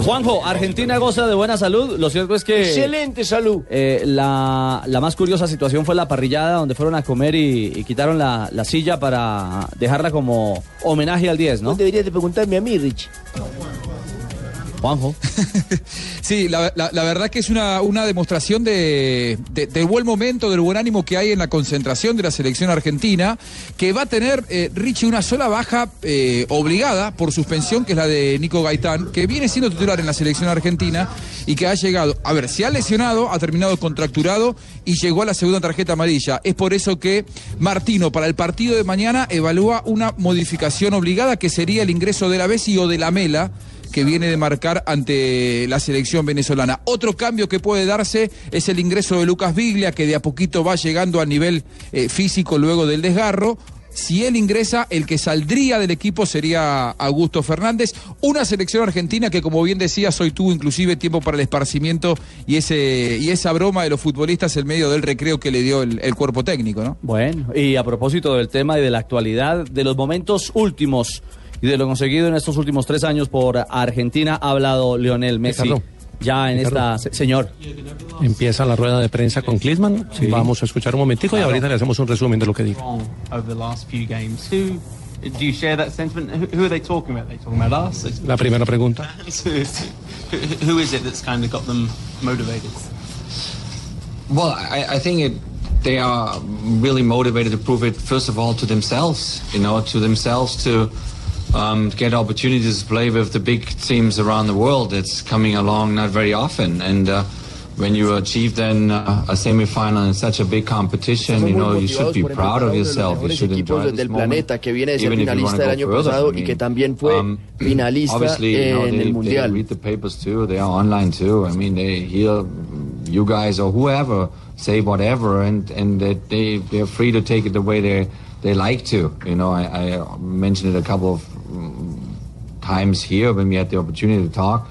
Speaker 6: Juanjo, Argentina goza de buena salud. Lo cierto es que. eh,
Speaker 9: Excelente salud.
Speaker 6: la, la más curiosa situación fue la parrillada donde fueron a comer y, y quitaron la, la silla para dejarla como homenaje al 10, ¿no?
Speaker 9: deberías de preguntarme a mí, Rich.
Speaker 6: Juanjo.
Speaker 15: Sí, la, la- la verdad que es una, una demostración de, de- del buen momento, del buen ánimo que hay en la concentración de la selección argentina, que va a tener, eh, Richie, una sola baja eh, obligada por suspensión, que es la de Nico Gaitán, que viene siendo titular en la selección argentina y que ha llegado, a ver, se ha lesionado, ha terminado contracturado y llegó a la segunda tarjeta amarilla. Es por eso que Martino, para el partido de mañana, evalúa una modificación obligada, que sería el ingreso de la Bessi o de la Mela que viene de marcar ante la selección venezolana. Otro cambio que puede darse es el ingreso de Lucas Viglia, que de a poquito va llegando a nivel eh, físico luego del desgarro. Si él ingresa, el que saldría del equipo sería Augusto Fernández. Una selección argentina que, como bien decías, hoy tuvo inclusive tiempo para el esparcimiento y, ese, y esa broma de los futbolistas en medio del recreo que le dio el, el cuerpo técnico, ¿no?
Speaker 6: Bueno, y a propósito del tema y de la actualidad, de los momentos últimos y de lo conseguido en estos últimos tres años por Argentina, ha hablado Lionel Messi.
Speaker 10: Ricardo.
Speaker 6: Ya Ah, en
Speaker 10: Ricardo.
Speaker 6: esta. se- Señor.
Speaker 10: Empieza la rueda de prensa con Klinsmann. Vamos a escuchar un momentico y
Speaker 12: Claro.
Speaker 10: ahorita le hacemos un resumen de lo que dijo.
Speaker 12: strong over the last few games. Who do you share that sentiment? Who, who are they talking about? Are they talking about us?
Speaker 10: La primera pregunta.
Speaker 12: who, who is it that's kind of got them motivated?
Speaker 13: Well, I, I think it, they are really motivated to prove it, first of all, to themselves, you know, to themselves to um, get opportunities to play with the big teams around the world. It's coming along not very often. And uh, when you achieve then uh, a semifinal in such a big competition, you know, you should be proud of yourself. You should
Speaker 22: equipos
Speaker 13: enjoy this
Speaker 22: del
Speaker 13: moment.
Speaker 22: planeta que viene de ser
Speaker 13: even if you wanna
Speaker 22: finalista del
Speaker 13: go
Speaker 22: año
Speaker 13: further.
Speaker 22: pasado
Speaker 13: I
Speaker 22: y que
Speaker 13: mean,
Speaker 22: también fue finalista
Speaker 13: Obviously, you know,
Speaker 22: en
Speaker 13: they,
Speaker 22: el
Speaker 13: they
Speaker 22: Mundial.
Speaker 13: read the papers too. They are online too. I mean, they hear you guys or whoever say whatever, and and that they they're free to take it the way they they like to. You know, I, I mentioned it a couple of mm, times here when we had the opportunity to talk.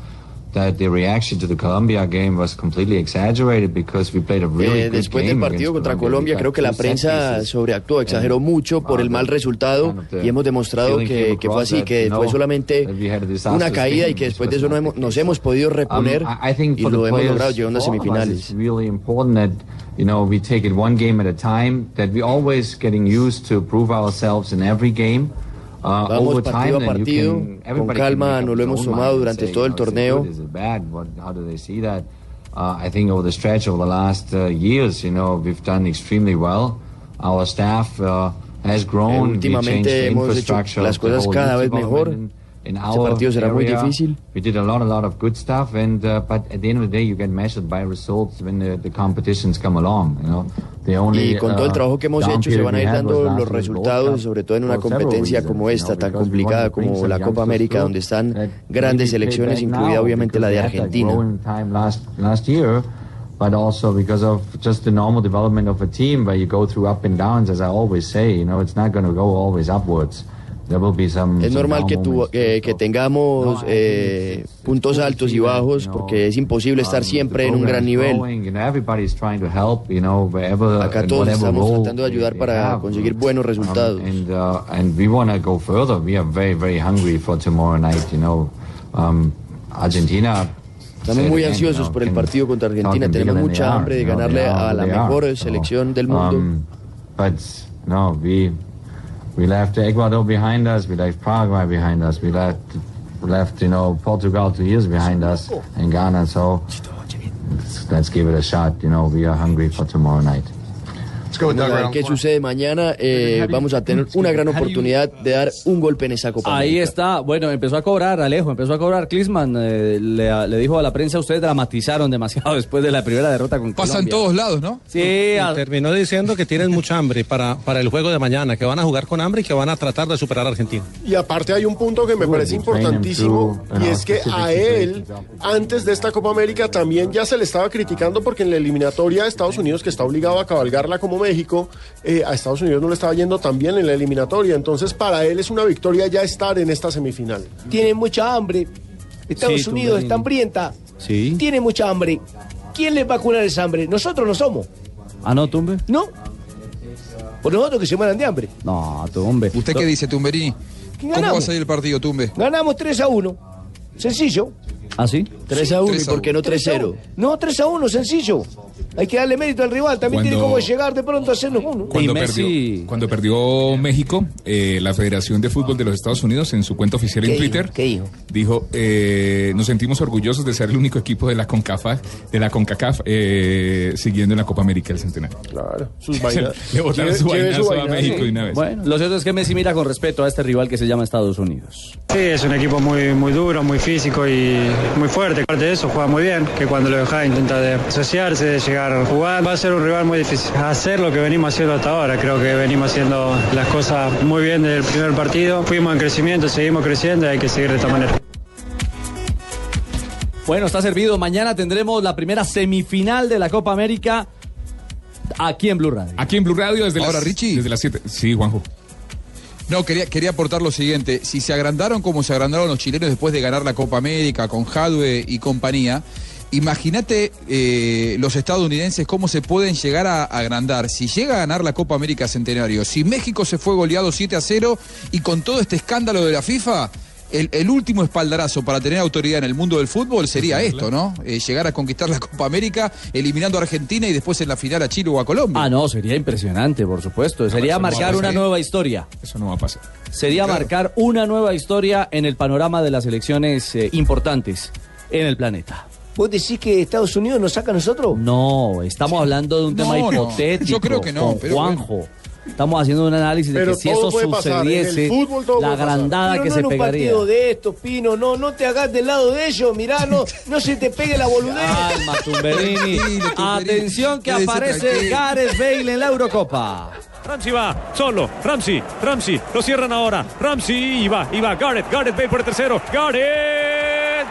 Speaker 13: That the reaction to the Colombia game was completely exaggerated because we played a really
Speaker 22: Eh,
Speaker 13: good
Speaker 22: después del
Speaker 13: game
Speaker 22: partido
Speaker 13: against
Speaker 22: contra
Speaker 13: We
Speaker 22: Colombia,
Speaker 13: got
Speaker 22: creo que la
Speaker 13: two set
Speaker 22: prensa
Speaker 13: pieces.
Speaker 22: sobreactuó, exageró mucho por el mal resultado y hemos demostrado
Speaker 13: feeling came
Speaker 22: que, que fue
Speaker 13: across
Speaker 22: así,
Speaker 13: that,
Speaker 22: que
Speaker 13: you
Speaker 22: fue
Speaker 13: know,
Speaker 22: solamente
Speaker 13: that we had a disastrous
Speaker 22: una caída y
Speaker 13: game,
Speaker 22: que
Speaker 13: which
Speaker 22: después
Speaker 13: was
Speaker 22: de eso no
Speaker 13: not
Speaker 22: hemos- nos hemos podido reponer
Speaker 13: Um, I- I think
Speaker 22: y
Speaker 13: for the
Speaker 22: lo hemos
Speaker 13: players
Speaker 22: logrado llegando a
Speaker 13: for all of us,
Speaker 22: semifinales.
Speaker 13: It's really important that you know we take it one game at a time. That we always getting used to prove ourselves in every game. Uh,
Speaker 22: Vamos
Speaker 13: over
Speaker 22: partido a
Speaker 13: time, then you
Speaker 22: partido,
Speaker 13: can-
Speaker 22: con
Speaker 13: everybody can
Speaker 22: calma,
Speaker 13: make
Speaker 22: nos
Speaker 13: up
Speaker 22: lo
Speaker 13: his
Speaker 22: hemos
Speaker 13: own mind
Speaker 22: sumado
Speaker 13: and
Speaker 22: durante
Speaker 13: say,
Speaker 22: todo el
Speaker 13: "No, is it
Speaker 22: torneo".
Speaker 13: good? Is it bad? What, how do they see that? Uh, I think over the stretch over the last uh, years, you know, we've done extremely well. Our staff uh, has
Speaker 22: Eh,
Speaker 13: grown. We changed
Speaker 22: últimamente
Speaker 13: the
Speaker 22: hemos hecho
Speaker 13: infrastructure of
Speaker 22: las
Speaker 13: the
Speaker 22: cosas
Speaker 13: whole
Speaker 22: cada
Speaker 13: youth
Speaker 22: vez
Speaker 13: development
Speaker 22: mejor.
Speaker 13: in- in
Speaker 22: Este
Speaker 13: our
Speaker 22: partido será muy
Speaker 13: area.
Speaker 22: difícil.
Speaker 13: We did a lot, a lot of good stuff, and uh, but at the end of the day, you get measured by results when the, the competitions come along. You know, the only
Speaker 22: Y con todo el
Speaker 13: uh,
Speaker 22: trabajo que hemos
Speaker 13: down
Speaker 22: hecho se
Speaker 13: period
Speaker 22: van a
Speaker 13: we
Speaker 22: ir
Speaker 13: had was
Speaker 22: dando
Speaker 13: last
Speaker 22: los
Speaker 13: year's World Cup.
Speaker 22: resultados, sobre todo en una
Speaker 13: For several
Speaker 22: competencia
Speaker 13: reasons,
Speaker 22: como
Speaker 13: you
Speaker 22: esta,
Speaker 13: know,
Speaker 22: tan
Speaker 13: because we wanted
Speaker 22: complicada
Speaker 13: to bring
Speaker 22: como
Speaker 13: some
Speaker 22: la Copa
Speaker 13: youngsters
Speaker 22: América,
Speaker 13: through
Speaker 22: donde están
Speaker 13: that
Speaker 22: grandes
Speaker 13: maybe pay
Speaker 22: selecciones,
Speaker 13: back now
Speaker 22: incluida obviamente la de
Speaker 13: because they had that
Speaker 22: Argentina.
Speaker 13: growing time last last year, but also because of just the normal development of a team where you go through up and downs. As I always say, you know, it's not going to go always upwards. There will be some.
Speaker 22: Es
Speaker 13: some
Speaker 22: normal
Speaker 13: down
Speaker 22: que, tu- eh, que tengamos eh, puntos altos y bajos porque es imposible estar siempre en un gran nivel.
Speaker 13: Acá
Speaker 22: todos estamos tratando de ayudar para conseguir buenos resultados.
Speaker 13: Um, and uh, and we want to go further. We are very very hungry for tomorrow night. You know, um, Argentina.
Speaker 22: Estamos muy ansiosos por el partido contra Argentina, tenemos mucha hambre de ganarle a la mejor selección del mundo.
Speaker 13: Um, But no, we we left Ecuador behind us. We left Paraguay behind us. We left left you know Portugal two years behind us and Ghana. So let's, let's give it a shot. You know, we are hungry for tomorrow night.
Speaker 22: Vamos a ver qué sucede mañana. eh, vamos a tener una gran oportunidad de dar un golpe en esa Copa
Speaker 6: Ahí
Speaker 22: América.
Speaker 6: está, bueno, empezó a cobrar Alejo, empezó a cobrar Klinsmann, eh, le, le dijo a la prensa, ustedes dramatizaron demasiado después de la primera derrota con
Speaker 15: Pasa en
Speaker 6: Colombia.
Speaker 15: todos lados, ¿no?
Speaker 6: Sí,
Speaker 8: Y
Speaker 6: a-
Speaker 8: terminó diciendo que tienen mucha hambre para, para el juego de mañana, que van a jugar con hambre y que van a tratar de superar a Argentina.
Speaker 3: Y aparte hay un punto que me parece importantísimo y es que a él, antes de esta Copa América, también ya se le estaba criticando porque en la eliminatoria de Estados Unidos, que está obligado a cabalgarla como México, eh, a Estados Unidos no le estaba yendo tan bien en la eliminatoria. Entonces para él es una victoria ya estar en esta semifinal.
Speaker 9: Tiene mucha hambre. Estados
Speaker 3: Sí, tú,
Speaker 9: Unidos
Speaker 3: Marín.
Speaker 9: está hambrienta.
Speaker 6: Sí.
Speaker 9: Tiene mucha hambre. ¿Quién le va a curar esa hambre? Nosotros no somos.
Speaker 6: Ah, no, Tumbe.
Speaker 9: No. Por nosotros que se mueran de hambre.
Speaker 6: No, Tumbe.
Speaker 15: ¿Usted qué dice, Tumberini? ¿Cómo va a salir el partido, Tumbe?
Speaker 9: Ganamos 3 a 1. Sencillo.
Speaker 6: ¿Ah, sí?
Speaker 22: 3 a 1, ¿y por qué no
Speaker 9: 3 a
Speaker 22: 3-0?
Speaker 9: 1. No, 3 a 1, sencillo. Hay que darle mérito al rival. También tiene
Speaker 16: Cuando-
Speaker 9: como llegar de pronto a hacernos uno.
Speaker 16: Cuando perdió, cuando perdió México, eh, la Federación de Fútbol de los Estados Unidos en su cuenta oficial en
Speaker 9: ¿Qué dijo?
Speaker 16: Twitter dijo, eh, nos sentimos orgullosos de ser el único equipo de la CONCACAF, de la CONCACAF eh, siguiendo en la Copa América del Centenario.
Speaker 3: Claro,
Speaker 16: sus vainas. Le botaron Lleve- su lleve su vainazo a vainazo. México de una vez.
Speaker 6: Bueno, lo cierto es que Messi mira con respeto a este rival que se llama Estados Unidos.
Speaker 19: Sí, es un equipo muy, muy duro, muy físico y muy fuerte. Aparte de eso, juega muy bien, que cuando lo deja intenta de asociarse, de llegar a jugar. Va a ser un rival muy difícil. Hacer lo que venimos haciendo hasta ahora, creo que venimos haciendo las cosas muy bien desde el primer partido. Fuimos en crecimiento, seguimos creciendo y hay que seguir de esta manera.
Speaker 6: Bueno, está servido. Mañana tendremos la primera semifinal de la Copa América aquí en Blue Radio.
Speaker 16: Aquí en Blue Radio desde
Speaker 15: Ahora,
Speaker 16: las,
Speaker 15: Richie.
Speaker 16: Desde las 7. Sí, Juanjo.
Speaker 15: No, quería, quería aportar lo siguiente. Si se agrandaron como se agrandaron los chilenos después de ganar la Copa América con Jadwe y compañía, imagínate eh, los estadounidenses cómo se pueden llegar a agrandar. Si llega a ganar la Copa América Centenario, si México se fue goleado 7 a 0 y con todo este escándalo de la FIFA... El, el último espaldarazo para tener autoridad en el mundo del fútbol sería esto, ¿no? Eh, llegar a conquistar la Copa América eliminando a Argentina y después en la final a Chile o a Colombia. Ah,
Speaker 6: Ah, no, sería impresionante, por supuesto. Sería
Speaker 15: eso no va a
Speaker 6: marcar una
Speaker 15: pasar.
Speaker 6: nueva historia.
Speaker 16: Eso no va a pasar.
Speaker 6: Sería marcar una nueva historia en el panorama de las elecciones eh, importantes en el planeta.
Speaker 9: ¿Vos decís que Estados Unidos nos saca a nosotros?
Speaker 6: No, estamos hablando de un tema
Speaker 9: No, no.
Speaker 6: hipotético.
Speaker 9: Yo creo que no,
Speaker 6: con
Speaker 9: pero bueno.
Speaker 6: Juanjo. Estamos haciendo un análisis de
Speaker 9: Pero
Speaker 6: que si
Speaker 9: todo
Speaker 6: eso
Speaker 9: puede pasar, en el
Speaker 6: sucediese,
Speaker 9: fútbol todo
Speaker 6: la
Speaker 9: puede pasar.
Speaker 6: agrandada
Speaker 9: Pero
Speaker 6: que
Speaker 9: no
Speaker 6: se
Speaker 9: en un
Speaker 6: pegaría.
Speaker 9: partido de estos, Pino, no, no te hagas del lado de ellos, mirá, no, no se te pegue la boludez.
Speaker 6: Calma, Tumberini. Atención que
Speaker 9: Quédese
Speaker 6: aparece
Speaker 9: tranquilo.
Speaker 6: Gareth Bale en la Eurocopa.
Speaker 17: Ramsey va solo, Ramsey, Ramsey, lo cierran ahora, Ramsey y va, y va, Gareth, Gareth Bale por el tercero, Gareth,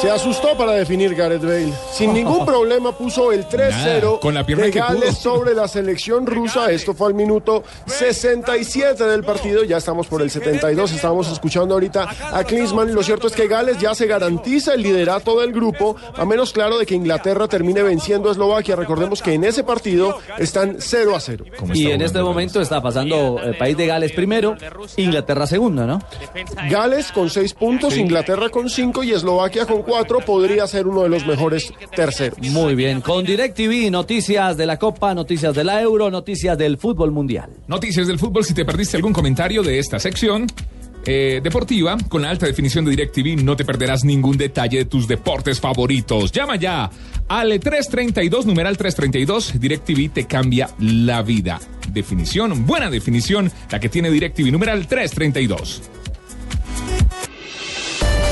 Speaker 3: Se asustó para definir Gareth Bale. Sin ningún problema puso el 3-0
Speaker 16: Nada, con la pierna
Speaker 3: de
Speaker 16: que pudo.
Speaker 3: Gales sobre la selección rusa. Esto fue al minuto 67 del partido. Ya estamos por el 72. Estábamos escuchando ahorita a Klinsmann. Lo cierto es que Gales ya se garantiza el liderato del grupo, a menos claro de que Inglaterra termine venciendo a Eslovaquia. Recordemos que en ese partido están 0 a 0.
Speaker 6: Y en este momento está pasando el país de Gales primero, Inglaterra segundo, ¿no?
Speaker 3: Gales con 6 puntos, Inglaterra con 5 y Eslovaquia con 4 podría ser uno de los mejores terceros.
Speaker 6: Muy bien, con DirecTV, noticias de la Copa, noticias de la Euro, noticias del fútbol mundial.
Speaker 16: Noticias del fútbol, si te perdiste algún comentario de esta sección eh, deportiva, con la alta definición de DirecTV no te perderás ningún detalle de tus deportes favoritos. Llama ya al 332, numeral 332, DirecTV te cambia la vida. Definición, buena definición, la que tiene DirecTV, numeral 332.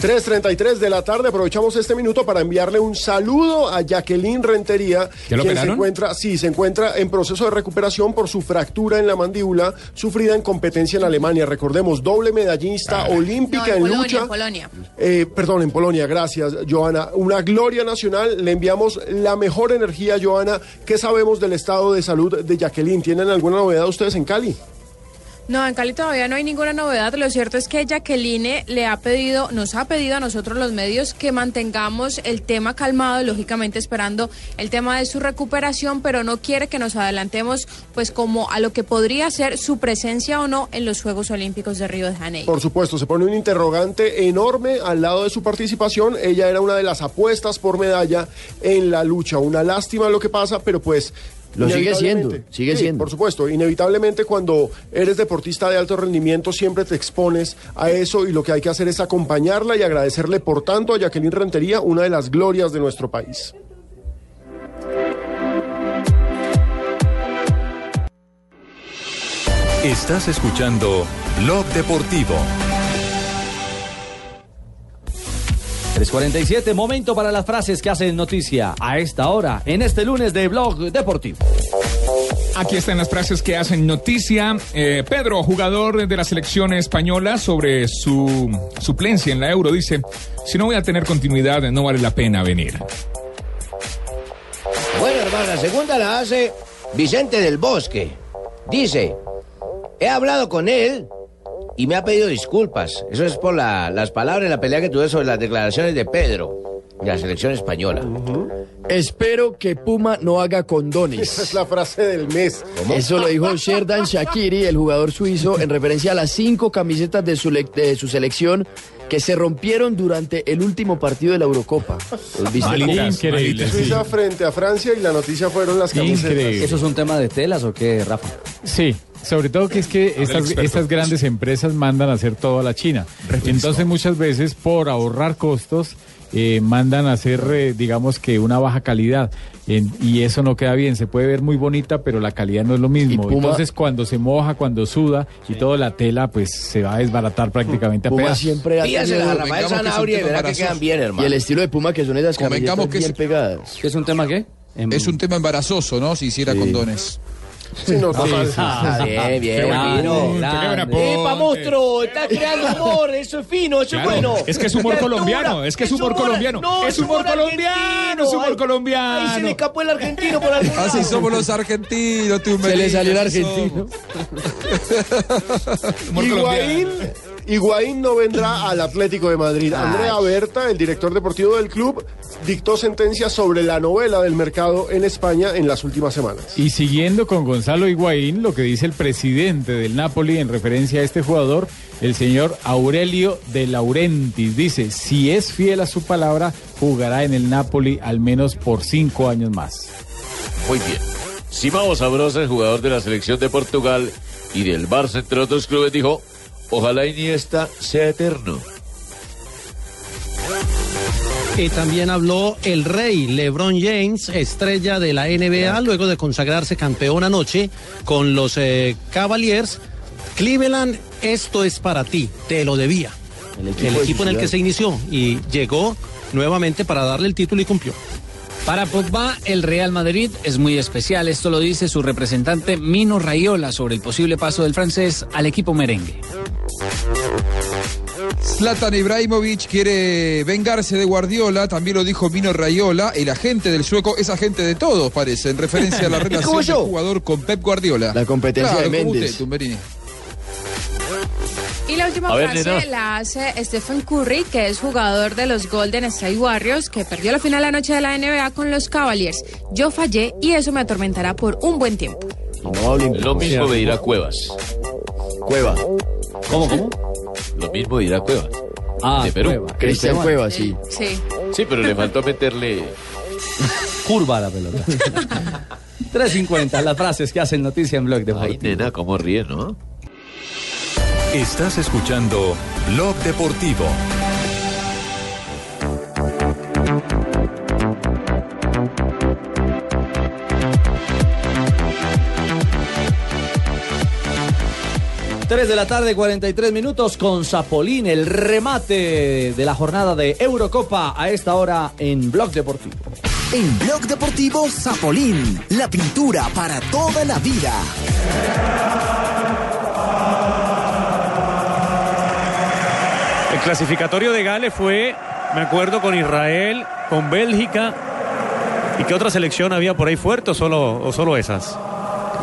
Speaker 3: 3.33 de la tarde, aprovechamos este minuto para enviarle un saludo a Jacqueline Rentería,
Speaker 1: ¿Ya lo
Speaker 3: quien se
Speaker 1: operaron?
Speaker 3: encuentra, sí, se encuentra en proceso de recuperación por su fractura en la mandíbula sufrida en competencia en Alemania. Recordemos, doble
Speaker 1: Ah.
Speaker 3: medallista olímpica en, lucha.
Speaker 18: Polonia.
Speaker 3: Eh, perdón, en Polonia, gracias, Joana. Una gloria nacional. Le enviamos la mejor energía, Joana. ¿Qué sabemos del estado de salud de Jacqueline? ¿Tienen alguna novedad ustedes en Cali?
Speaker 18: No, en Cali todavía no hay ninguna novedad. Lo cierto es que Jacqueline le ha pedido, nos ha pedido a nosotros los medios que mantengamos el tema calmado, lógicamente esperando el tema de su recuperación, pero no quiere que nos adelantemos, pues como a lo que podría ser su presencia o no en los Juegos Olímpicos de Río de Janeiro.
Speaker 3: Por supuesto, se pone un interrogante enorme al lado de su participación. Ella era una de las apuestas por medalla en la lucha. Una lástima lo que pasa, pero pues...
Speaker 22: Lo sigue
Speaker 3: inevitablemente-
Speaker 22: siendo, sigue
Speaker 3: Sí,
Speaker 22: siendo.
Speaker 3: Por supuesto, inevitablemente cuando eres deportista de alto rendimiento siempre te expones a eso y lo que hay que hacer es acompañarla y agradecerle por tanto a Jacqueline Rentería, una de las glorias de nuestro país.
Speaker 1: Estás escuchando Blog Deportivo.
Speaker 6: 347, momento para las frases que hacen noticia a esta hora, en este lunes de Blog Deportivo.
Speaker 16: Aquí están las frases que hacen noticia. Eh, Pedro, jugador de la selección española, sobre su suplencia en la Euro, dice, si no voy a tener continuidad, no vale la pena venir.
Speaker 9: Bueno, hermano, la segunda la hace Vicente del Bosque. Dice, he hablado con él
Speaker 24: y me ha pedido disculpas. Eso es por la- las palabras y la pelea que tuve sobre las declaraciones de Pedro, de la selección española.
Speaker 22: Espero que Puma no haga condones. Esa
Speaker 3: es la frase del mes.
Speaker 22: Eso lo dijo Sherdan Shakiri, el jugador suizo, en referencia a las cinco camisetas de su, le- de su selección que se rompieron durante el último partido de la Eurocopa. ¿Los viste?
Speaker 3: Suiza frente a Francia y la noticia fueron las camisetas.
Speaker 6: ¿Eso es un tema de telas o qué, Rafa?
Speaker 14: Sí, sobre todo que es que
Speaker 6: Habla el
Speaker 14: estas,
Speaker 6: experto.
Speaker 14: estas grandes empresas mandan a hacer todo a la China. Entonces muchas veces por ahorrar costos eh, mandan a hacer, eh, digamos que una baja calidad. En- y eso no queda bien, se puede ver muy bonita, pero la calidad no es lo mismo.
Speaker 22: Puma-
Speaker 14: Entonces cuando se moja, cuando suda y toda la tela, pues se va a desbaratar prácticamente a
Speaker 22: Puma
Speaker 14: pedazos.
Speaker 22: siempre ha
Speaker 24: Pídaselas
Speaker 22: tenido-
Speaker 24: a Rafael Convengamos que es un Sanabria y tema verá que embarazoso. quedan bien, hermano.
Speaker 22: Y el estilo de Puma que son esas camisetas
Speaker 15: Convengamos
Speaker 22: bien
Speaker 15: que es-
Speaker 22: pegadas.
Speaker 6: ¿Es un tema qué?
Speaker 15: Es
Speaker 16: Em,
Speaker 15: un tema embarazoso, ¿no? Si hiciera condones. Sí, no,
Speaker 24: bien, bien, fino.
Speaker 9: ¡Epa, monstruo! ¡Estás creando humor! ¡Eso es fino! ¡Eso
Speaker 16: Claro,
Speaker 9: es bueno!
Speaker 16: es que es humor
Speaker 9: Está
Speaker 16: colombiano,
Speaker 9: dura.
Speaker 16: es que es humor colombiano,
Speaker 9: no,
Speaker 16: es humor colombiano, es humor
Speaker 9: Ay,
Speaker 16: colombiano.
Speaker 9: Ahí se le escapó el argentino por algún lado.
Speaker 15: Así somos los argentinos, tío.
Speaker 22: Se le salió el
Speaker 15: Así
Speaker 22: argentino.
Speaker 15: Humor
Speaker 3: Higuaín, Higuaín no vendrá al Atlético de Madrid.
Speaker 24: Ay.
Speaker 3: Andrea Berta, el director deportivo del club, dictó sentencia sobre la novela del mercado en España en las últimas semanas.
Speaker 14: Y siguiendo con Gonzalo Higuaín, lo que dice el presidente del Napoli en referencia a este jugador, el señor Aurelio De Laurentiis, dice, si es fiel a su palabra, jugará en el Napoli al menos por cinco años más.
Speaker 20: Muy bien. Simao Sabrosa, el jugador de la selección de Portugal y del Barça, entre otros clubes, dijo, ojalá Iniesta sea eterno.
Speaker 8: Y también habló el rey LeBron James, estrella de la NBA, luego de consagrarse campeón anoche con los eh, Cavaliers. Cleveland, esto es para ti, te lo debía. El equipo,
Speaker 2: de
Speaker 8: en el
Speaker 2: ciudad.
Speaker 8: que se inició y llegó nuevamente para darle el título y cumplió.
Speaker 21: Para Pogba, el Real Madrid es muy especial. Esto lo dice su representante Mino Rayola sobre el posible paso del francés al equipo merengue.
Speaker 15: Zlatan Ibrahimovic quiere vengarse de Guardiola, también lo dijo Mino Rayola, el agente del sueco es agente de todos, parece, en referencia a la relación
Speaker 22: ¿Cómo
Speaker 15: del
Speaker 22: yo?
Speaker 15: jugador con Pep Guardiola. La
Speaker 22: competencia de Méndez.
Speaker 18: Y la última
Speaker 15: A ver,
Speaker 18: frase
Speaker 15: nena.
Speaker 18: la hace Stephen Curry, que es jugador de los Golden State Warriors, que perdió la final anoche de la NBA con los Cavaliers. Yo fallé y eso me atormentará por un buen tiempo.
Speaker 20: Lo mismo me dirá Cuevas.
Speaker 22: Cueva.
Speaker 20: ¿Cómo, cómo? Lo mismo dirá Cuevas. Ah, de Perú.
Speaker 22: Cristian Cuevas, sí.
Speaker 18: Sí.
Speaker 20: Sí, pero le faltó meterle...
Speaker 6: Curva la pelota. 3.50, las frases que hacen noticia en Blog Deportivo.
Speaker 20: Nena, cómo ríe, ¿no?
Speaker 1: Estás escuchando Blog Deportivo.
Speaker 6: Tres de la tarde, 43 minutos con Zapolín, el remate de la jornada de Eurocopa a esta hora en Blog Deportivo.
Speaker 5: En Blog Deportivo Zapolín, la pintura para toda la vida.
Speaker 2: El clasificatorio de Gales fue, me acuerdo, con Israel, con Bélgica. ¿Y qué otra selección había por ahí fuerte o solo, o solo esas?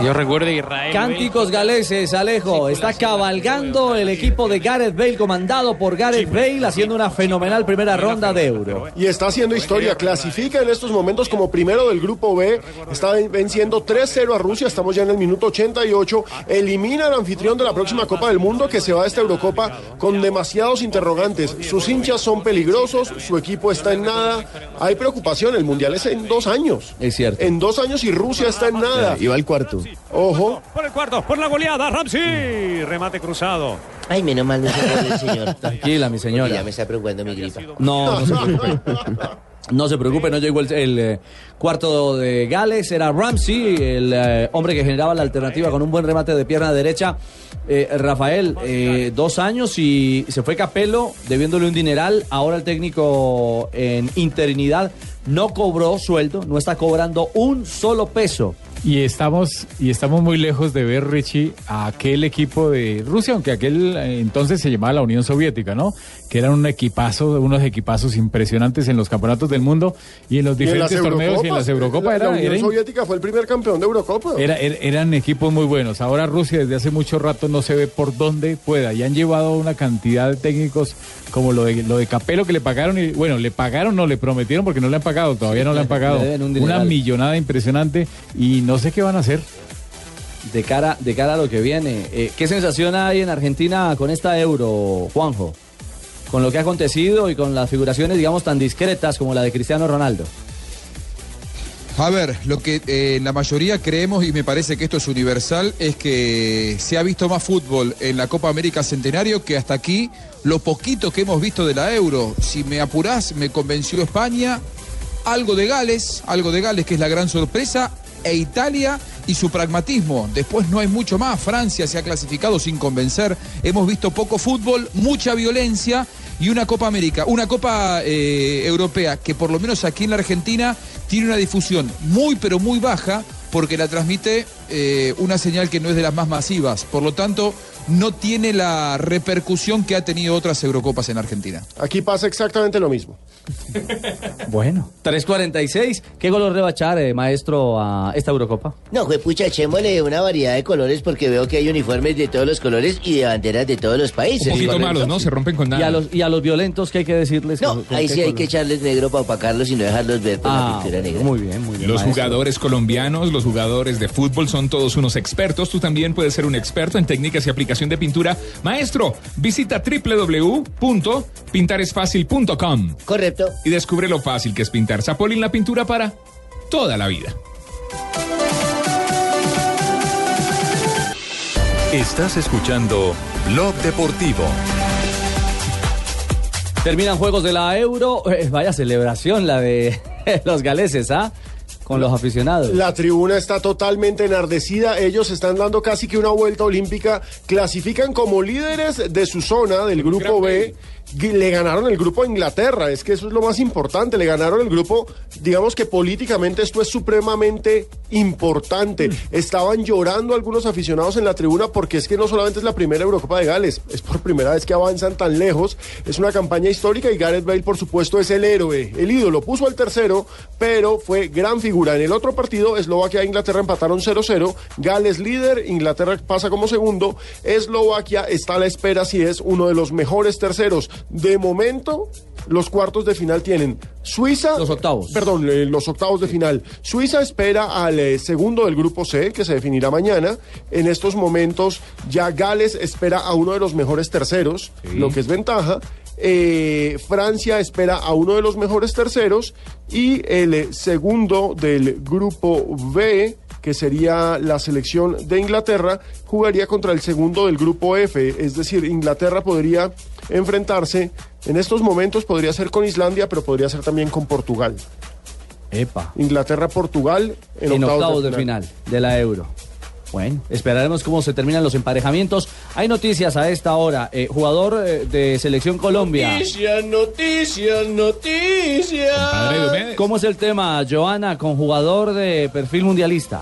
Speaker 2: Yo recuerdo Israel.
Speaker 6: Cánticos galeses, Alejo. Está cabalgando el equipo de Gareth Bale, comandado por Gareth Bale, haciendo una fenomenal primera ronda de Euro.
Speaker 3: Y está haciendo historia, clasifica en estos momentos como primero del grupo B, está ven- venciendo 3-0 a Rusia, estamos ya en el minuto 88, elimina al anfitrión de la próxima Copa del Mundo que se va a esta Eurocopa con demasiados interrogantes, sus hinchas son peligrosos, su equipo está en nada, hay preocupación, el Mundial es en dos años.
Speaker 22: Es cierto.
Speaker 3: En dos años y Rusia está en nada.
Speaker 22: Y va al cuarto.
Speaker 3: Ojo.
Speaker 22: Por el cuarto, por la goleada, Ramsey. Remate cruzado.
Speaker 24: Ay, menos mal no se puede, señor. Tranquila,
Speaker 6: mi señora.
Speaker 24: Ya me está preocupando mi gripa.
Speaker 6: No, no se preocupe. No se preocupe, no llegó el, el, eh, cuarto de Gales. Era Ramsey, el eh, hombre que generaba la alternativa con un buen remate de pierna derecha. Eh, Rafael, eh, dos años y se fue Capello, debiéndole un dineral. Ahora el técnico en interinidad no cobró sueldo, no está cobrando un solo peso.
Speaker 14: Y estamos, y estamos muy lejos de ver, Richie, a aquel equipo de Rusia, aunque aquel eh, entonces se llamaba la Unión Soviética, ¿no? Que eran un equipazo, unos equipazos impresionantes en los campeonatos del mundo y en los
Speaker 3: Y en las
Speaker 14: diferentes torneos y en
Speaker 3: Eurocopas,
Speaker 14: las Eurocopas.
Speaker 3: la-
Speaker 14: era-
Speaker 3: la Unión
Speaker 14: era
Speaker 3: Soviética fue el primer campeón de Eurocopa.
Speaker 14: Era- er- eran equipos muy buenos. Ahora Rusia desde hace mucho rato no se ve por dónde pueda. Y han llevado una cantidad de técnicos como lo de, lo de Capelo que le pagaron. Y, bueno, le pagaron, no, le prometieron porque no le han pagado. Todavía no le han pagado.
Speaker 6: le deben un
Speaker 14: una
Speaker 6: dineral.
Speaker 14: millonada impresionante y no sé qué van a hacer.
Speaker 6: De cara, de cara a lo que viene, eh, ¿qué sensación hay en Argentina con esta euro, Juanjo? Con lo que ha acontecido y con las figuraciones, digamos, tan discretas como la de Cristiano Ronaldo.
Speaker 15: A ver, lo que eh, la mayoría creemos, y me parece que esto es universal, es que se ha visto más fútbol en la Copa América Centenario que hasta aquí lo poquito que hemos visto de la Euro. Si me apurás, me convenció España, algo de Gales, algo de Gales que es la gran sorpresa, e Italia y su pragmatismo. Después no hay mucho más. Francia se ha clasificado sin convencer. Hemos visto poco fútbol, mucha violencia y una Copa América, una Copa eh, Europea que por lo menos aquí en la Argentina tiene una difusión muy pero muy baja porque la transmite eh, una señal que no es de las más masivas. Por lo tanto, no tiene la repercusión que ha tenido otras Eurocopas en Argentina.
Speaker 3: Aquí pasa exactamente lo mismo.
Speaker 6: Bueno. 3.46, ¿qué color le va a echar, eh, maestro, a esta Eurocopa?
Speaker 25: No, pues pucha, echémosle una variedad de colores porque veo que hay uniformes de todos los colores y de banderas de todos los países.
Speaker 6: Un poquito
Speaker 25: Correcto.
Speaker 6: malos, ¿no? Se
Speaker 16: rompen
Speaker 6: Y a los, y a los violentos, ¿qué hay que decirles?
Speaker 25: No, ahí sí hay que echarles negro para opacarlos y no dejarlos ver por
Speaker 16: Ah,
Speaker 25: la pintura negra.
Speaker 6: Muy bien, muy
Speaker 16: Los jugadores colombianos, los jugadores de fútbol son todos unos expertos. Tú también puedes ser un experto en técnicas y aplicación de pintura. Maestro, visita www.pintaresfacil.com.
Speaker 25: Correcto.
Speaker 16: Y descubre lo fácil que es pintar. Zapolín la pintura para toda la vida.
Speaker 1: Estás escuchando Blog Deportivo.
Speaker 6: Terminan juegos de la Euro. Eh, vaya celebración la de los galeses, ¿ah? Con los aficionados.
Speaker 3: La tribuna está totalmente enardecida. Ellos están dando casi que una vuelta olímpica. Clasifican como líderes de su zona, del grupo B. Gui- Le ganaron el grupo a Inglaterra. Es que eso es lo más importante. Le ganaron el grupo. Digamos que políticamente esto es supremamente importante. Estaban llorando algunos aficionados en la tribuna porque es que no solamente es la primera Eurocopa de Gales. Es por primera vez que avanzan tan lejos. Es una campaña histórica y Gareth Bale, por supuesto, es el héroe. El ídolo puso al tercero, pero fue gran figura. En el otro partido, Eslovaquia e Inglaterra empataron 0-0. Gales líder, Inglaterra pasa como segundo. Eslovaquia está a la espera si es uno de los mejores terceros. De momento, los cuartos de final tienen Suiza. Los octavos. Perdón, eh, los octavos de final. Suiza espera al eh, segundo del grupo C, que se definirá mañana. En estos momentos, ya Gales espera a uno de los mejores terceros, lo que es ventaja. Eh, Francia espera a uno de los mejores terceros y el eh, segundo del grupo B, que sería la selección de Inglaterra, jugaría contra el segundo del grupo F. Es decir, Inglaterra podría enfrentarse en estos momentos, podría ser con Islandia, pero podría ser también con Portugal.
Speaker 6: Epa.
Speaker 3: Inglaterra-Portugal en,
Speaker 6: en octavos de final de la Euro. Bueno, esperaremos cómo se terminan los emparejamientos. Hay noticias a esta hora. Eh, jugador eh, de Selección Colombia.
Speaker 24: Noticias, noticias, noticias.
Speaker 6: ¿Cómo es el tema, Joana, con jugador de perfil mundialista?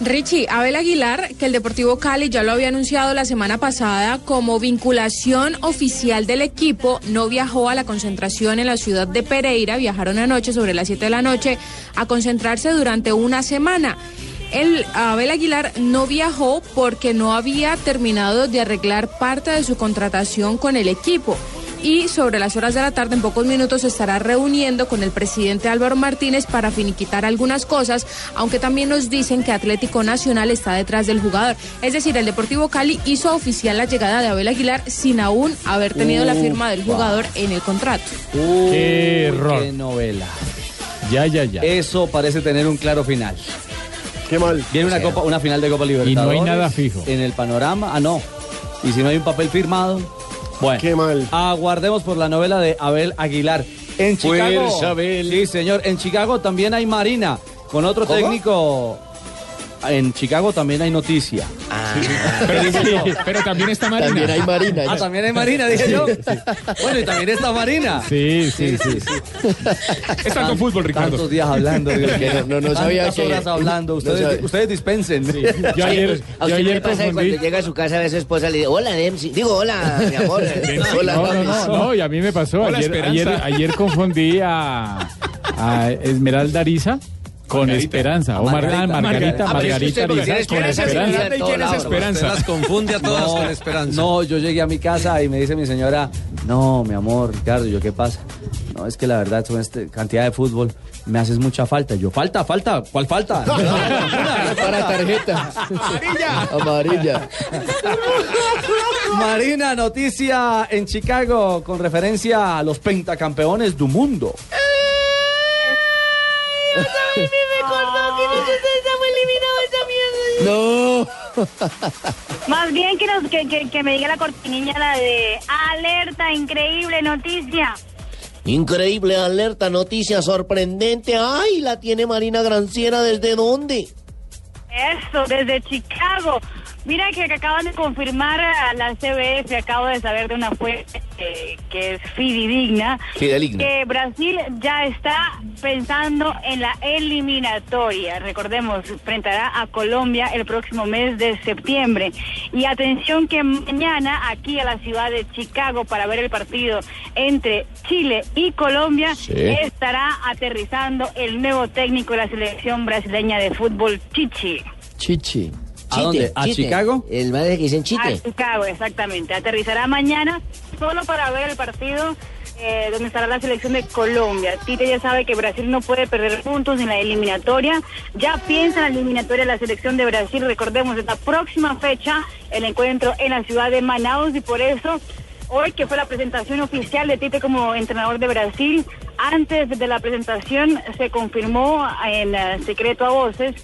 Speaker 18: Richie, Abel Aguilar, que el Deportivo Cali ya lo había anunciado la semana pasada como vinculación oficial del equipo, no viajó a la concentración en la ciudad de Pereira, viajaron anoche sobre las 7 de la noche a concentrarse durante una semana. El Abel Aguilar no viajó porque no había terminado de arreglar parte de su contratación con el equipo y sobre las horas de la tarde, en pocos minutos, se estará reuniendo con el presidente Álvaro Martínez para finiquitar algunas cosas, aunque también nos dicen que Atlético Nacional está detrás del jugador. Es decir, el Deportivo Cali hizo oficial la llegada de Abel Aguilar sin aún haber tenido la firma del
Speaker 6: Upa.
Speaker 18: jugador en el contrato.
Speaker 6: Qué error. Qué novela.
Speaker 14: Ya, ya, ya.
Speaker 6: Eso parece tener un claro final.
Speaker 3: Qué mal.
Speaker 6: Viene una, copa, una final de Copa Libertadores.
Speaker 14: nada fijo.
Speaker 6: En el panorama, ah, no. Y si no hay un papel firmado. Bueno.
Speaker 3: Qué mal.
Speaker 6: Aguardemos por la novela de Abel Aguilar. En Chicago.
Speaker 24: Fuerza,
Speaker 6: Sí, señor. En Chicago también hay Marina. Con otro técnico. en Chicago también hay noticia.
Speaker 3: Ah,
Speaker 16: Pero, pero también está Marina.
Speaker 6: También hay Marina. Ah, también hay Marina, dije yo. Bueno, y también está Marina.
Speaker 16: Sí, sí, sí. Es tanto fútbol, Ricardo.
Speaker 6: Tantos días hablando. Dios, que no, no, no sabía
Speaker 25: Tantas
Speaker 6: que...
Speaker 25: horas hablando, ustedes-
Speaker 6: ustedes dispensen. Ah,
Speaker 25: Sí, pues, a usted le pasa que cuando llega a su casa a ver a su esposa le dice, hola, Dempsey. Digo, hola, mi amor. hola,
Speaker 14: no, no, no,
Speaker 25: Dempsey.
Speaker 14: no, y a mí me pasó.
Speaker 25: Hola,
Speaker 14: Ayer, ayer,
Speaker 25: Esperanza.
Speaker 14: ayer confundí a, a Esmeralda Ariza con Esperanza. O Mar- ah, Margarita, Margarita, Ariza con Esperanza.
Speaker 6: Usted las confunde a todas con esperanza. No, yo llegué a mi casa y me dice mi señora, no, mi amor, Ricardo, ¿yo qué pasa? No, es que la verdad, con esta cantidad de fútbol, me haces mucha falta. Y Yo, falta, falta, ¿cuál falta?
Speaker 22: Para tarjeta.
Speaker 6: Amarilla. Marina, noticia en Chicago con referencia a los pentacampeones del mundo.
Speaker 29: Ay, me recordó que nosotros estamos eliminados también.
Speaker 6: No.
Speaker 29: Más bien que, nos, que, que, que me diga la cortinilla la de alerta, increíble noticia.
Speaker 25: Increíble alerta, noticia sorprendente. Ay, la tiene Marina Granciera, ¿desde dónde?
Speaker 29: Eso, desde Chicago. Mira que acaban de confirmar a la CBF, acabo de saber de una fuente eh, que es fidedigna,
Speaker 24: Fidedigna.
Speaker 29: que Brasil ya está pensando en la eliminatoria. Recordemos, enfrentará a Colombia el próximo mes de septiembre. Y atención que mañana aquí a la ciudad de Chicago para ver el partido entre Chile y Colombia
Speaker 10: Sí.
Speaker 29: estará aterrizando el nuevo técnico de la selección brasileña de fútbol, Chichi.
Speaker 22: Chichi.
Speaker 6: ¿A dónde? ¿A Chicago? Ah,
Speaker 25: El madre que dicen
Speaker 29: A Chicago, exactamente. Aterrizará mañana solo para ver el partido eh, donde estará la selección de Colombia. Tite ya sabe que Brasil no puede perder puntos en la eliminatoria. Ya piensa en la eliminatoria de la selección de Brasil. Recordemos, esta próxima fecha, el encuentro en la ciudad de Manaus y por eso... Hoy que fue la presentación oficial de Tite como entrenador de Brasil, antes de la presentación se confirmó en eh, secreto a voces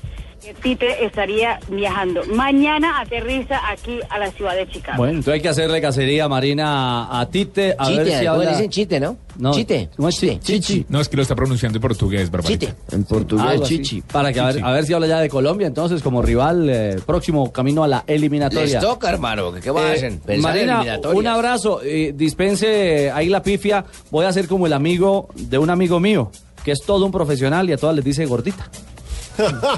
Speaker 29: que Tite estaría viajando. Mañana aterriza aquí a la ciudad de Chicago.
Speaker 6: Bueno, entonces hay que hacerle cacería, Marina, a Tite, a ver
Speaker 29: Chite, ¿cómo
Speaker 6: si
Speaker 29: le
Speaker 6: habla...
Speaker 29: dicen
Speaker 25: chite, no?
Speaker 6: No.
Speaker 25: Chite.
Speaker 6: ¿Cómo es chite? Chichi.
Speaker 16: No, es que lo está pronunciando en portugués, Barbarita.
Speaker 22: En portugués.
Speaker 6: Algo así. Para que a ver, a ver si habla ya de Colombia, entonces, como rival eh, próximo camino a la eliminatoria.
Speaker 24: Les toca, hermano. ¿Qué va
Speaker 6: Eh,
Speaker 24: a hacer? Pensar en
Speaker 6: Marina,
Speaker 24: eliminatorias.
Speaker 6: un abrazo. eh, dispense ahí la pifia. Voy a ser como el amigo de un amigo mío, que es todo un profesional y a todas les dice gordita.